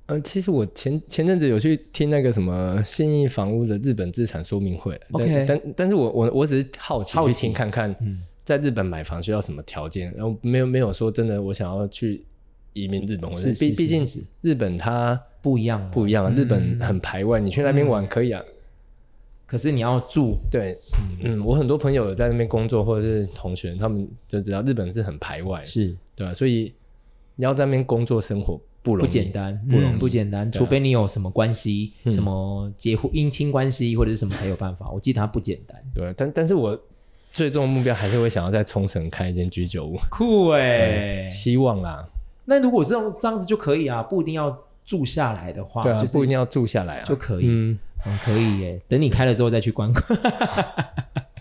Speaker 3: 呃，其实我前前阵子有去听那个什么信义房屋的日本资产说明会
Speaker 2: OK
Speaker 3: 但但但是我我我只是好奇
Speaker 2: 好
Speaker 3: 去
Speaker 2: 奇
Speaker 3: 听看看，
Speaker 2: 嗯
Speaker 3: 在日本买房需要什么条件，然后没有没有说真的我想要去移民日本，我
Speaker 2: 是是
Speaker 3: 毕
Speaker 2: 是
Speaker 3: 毕竟
Speaker 2: 是
Speaker 3: 日本它
Speaker 2: 不一样哦，
Speaker 3: 不一样，日本
Speaker 2: 嗯
Speaker 3: 很排外，你去那边玩可以啊，
Speaker 2: 可是你要住
Speaker 3: 对，嗯，我很多朋友有在那边工作或者是同学，他们就知道日本是很排外，
Speaker 2: 是
Speaker 3: 对吧、啊所以你要在那边工作生活不容易，
Speaker 2: 不简单，
Speaker 3: 不容易
Speaker 2: 嗯不简单，
Speaker 3: 对啊
Speaker 2: 除非你有什么关系，
Speaker 3: 嗯
Speaker 2: 什么结婚姻亲关系或者是什么才有办法。我记得它不简单，
Speaker 3: 对，但但是我最终的目标还是会想要在冲绳开一间居酒屋，
Speaker 2: 酷哎、
Speaker 3: 对希望啦，
Speaker 2: 那如果这种这样子就可以啊，不一定要住下来的话，
Speaker 3: 对啊，
Speaker 2: 就是
Speaker 3: 不一定要住下来啊，
Speaker 2: 就可以
Speaker 3: 嗯，
Speaker 2: 嗯可以耶。 (laughs) 等你开了之后再去观光。 (laughs)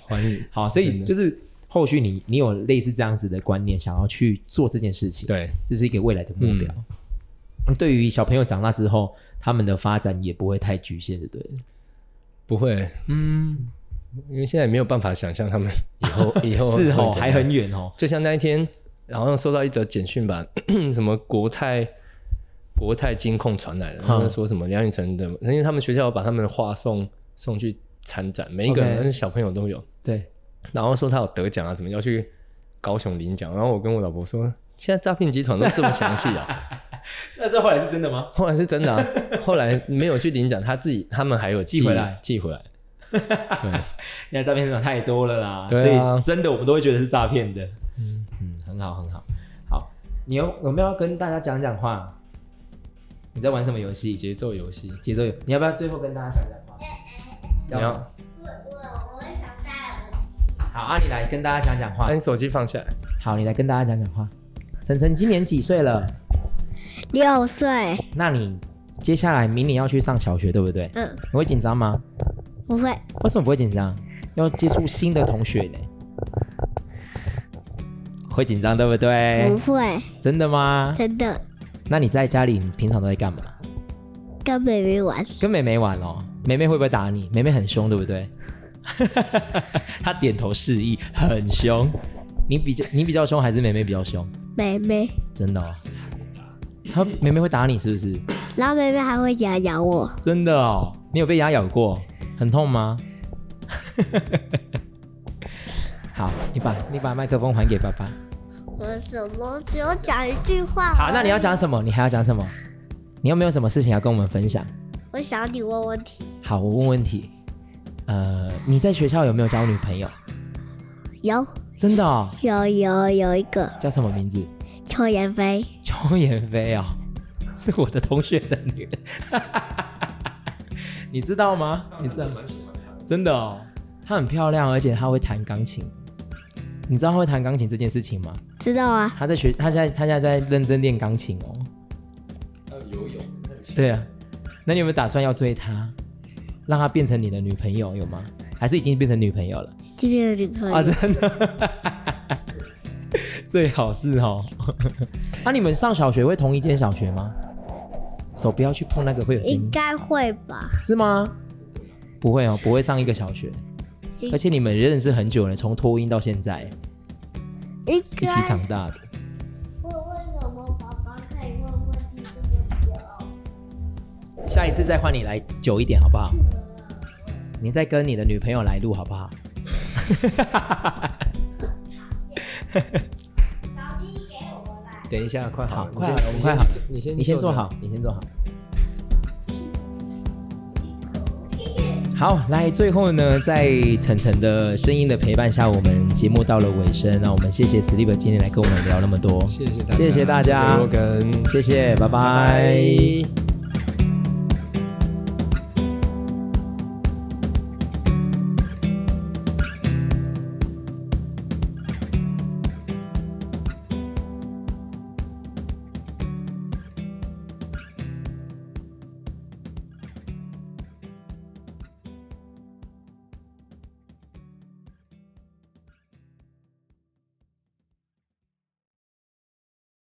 Speaker 3: 欢迎，
Speaker 2: 好，所以就是后续你你有类似这样子的观念，想要去做这件事情，，
Speaker 3: 对，
Speaker 2: 这是一个未来的目标。对于小朋友长大之后，他们的发展也不会太局限，对不对？
Speaker 3: 不会，
Speaker 2: 嗯，
Speaker 3: 因为现在也没有办法想象他们
Speaker 2: (laughs)
Speaker 3: 以后以后
Speaker 2: 是哦，
Speaker 3: 会怎样
Speaker 2: 还很远哦。
Speaker 3: 就像那一天，好像收到一则简讯吧， (clears throat) 什么国泰国泰金控传来的，
Speaker 2: 嗯
Speaker 3: 他们说什么梁宇辰的，因为他们学校把他们的画送送去参展，每一个
Speaker 2: OK
Speaker 3: 人小朋友都有，
Speaker 2: 对，
Speaker 3: 然后说他有得奖啊，怎么要去高雄领奖，然后我跟我老婆说，现在诈骗集团都这么详细
Speaker 2: (laughs)
Speaker 3: 啊，
Speaker 2: 那这后来是真的吗？
Speaker 3: 后来是真的啊，后来没有去领奖，他自己他们还有
Speaker 2: 寄回来
Speaker 3: 寄回来，对，
Speaker 2: 现在诈骗市场太多了啦，所
Speaker 3: 对啊
Speaker 2: 以真的我们都会觉得是诈骗的。嗯嗯，很好很好。好，你有有没有要跟大家讲讲话？你在玩什么游戏？
Speaker 3: 节奏游戏，
Speaker 2: 节奏游，你要不要最后跟大家讲讲话？
Speaker 3: 你
Speaker 2: 要
Speaker 3: 要
Speaker 2: 吗
Speaker 1: 我我我想带我
Speaker 2: 好，阿、啊、你来跟大家讲讲话
Speaker 3: 把。你手机放下来。
Speaker 2: 嗯好，你来跟大家讲讲话。晨晨今年几岁了？
Speaker 1: 六岁，
Speaker 2: 那你接下来明年要去上小学，对不对？
Speaker 1: 嗯，
Speaker 2: 你会紧张吗？
Speaker 1: 不会，
Speaker 2: 为什么不会紧张？要接触新的同学呢？会紧张对不对？
Speaker 1: 不会，
Speaker 2: 真的吗？
Speaker 1: 真的
Speaker 2: 那你在家里你平常都在干嘛？
Speaker 1: 跟妹妹玩，
Speaker 2: 跟妹妹玩哦。妹妹会不会打你？妹妹很凶，对不对？ (laughs) 她点头示意，很凶。你比较你比较凶还是妹妹比较凶？
Speaker 1: 妹妹，
Speaker 2: 真的哦。她妹妹会打你是不是？
Speaker 1: 然后妹妹还会咬咬我，
Speaker 2: 真的哦，你有被牙咬过，很痛吗？ (laughs) 好，你把你把麦克风还给爸爸。
Speaker 1: 我什么只有讲一句话。
Speaker 2: 好，那你要讲什么？你还要讲什么？你有没有什么事情要跟我们分享？
Speaker 1: 我想你问问题，
Speaker 2: 好，我问问题。呃，你在学校有没有交女朋友？
Speaker 1: 有
Speaker 2: 真的哦，
Speaker 1: 有有有一个
Speaker 2: 叫什么名字？
Speaker 1: 邱妍飞，
Speaker 2: 邱妍霏哦， (laughs) 是我的同学的女儿， (laughs) 你知道吗？你知道吗？
Speaker 3: 喜欢他。
Speaker 2: 真的哦，她很漂亮，而且她会弹钢琴。你知道她会弹钢琴这件事情吗？
Speaker 1: 知道啊？
Speaker 2: 她在学，她现在她现在在认真练钢琴哦。
Speaker 3: 还有呃游泳，
Speaker 2: 对啊，那你有没有打算要追她，让她变成你的女朋友有吗？还是已经变成女朋友了？
Speaker 1: 这边的女朋
Speaker 2: 啊，
Speaker 1: 友，
Speaker 2: 真的， (laughs) 最好是哦。 (laughs) 那、啊你们上小学会同一间小学吗？手不要去碰那个会有声
Speaker 1: 应
Speaker 2: 音，
Speaker 1: 该会吧？
Speaker 2: 是吗？不会哦，不会上一个小学，
Speaker 1: 应
Speaker 2: 而且你们认识很久了，从托婴到现在
Speaker 1: 应
Speaker 2: 一起
Speaker 1: 该。
Speaker 2: 长大的。
Speaker 1: 为为什么爸爸可以问问题这么久？
Speaker 2: 下一次再换你来久一点好不好？
Speaker 1: 呃
Speaker 2: 你再跟你的女朋友来录好不 (laughs) 好？
Speaker 1: 手机给我啦。
Speaker 3: 等一下，快
Speaker 2: 好
Speaker 3: 好，
Speaker 2: 快
Speaker 3: 你
Speaker 2: 好
Speaker 3: 先
Speaker 2: 快好，
Speaker 3: 你先
Speaker 2: 你先坐好，你先坐好。好，来，最后呢，在晨晨的声音的陪伴下，我们节目到了尾声。那我们谢谢 Sleep 今天来跟我们聊那么多，
Speaker 3: 着，谢谢大家，
Speaker 2: 谢谢大家
Speaker 3: 谢谢 Logan
Speaker 2: 谢谢，拜拜
Speaker 3: 拜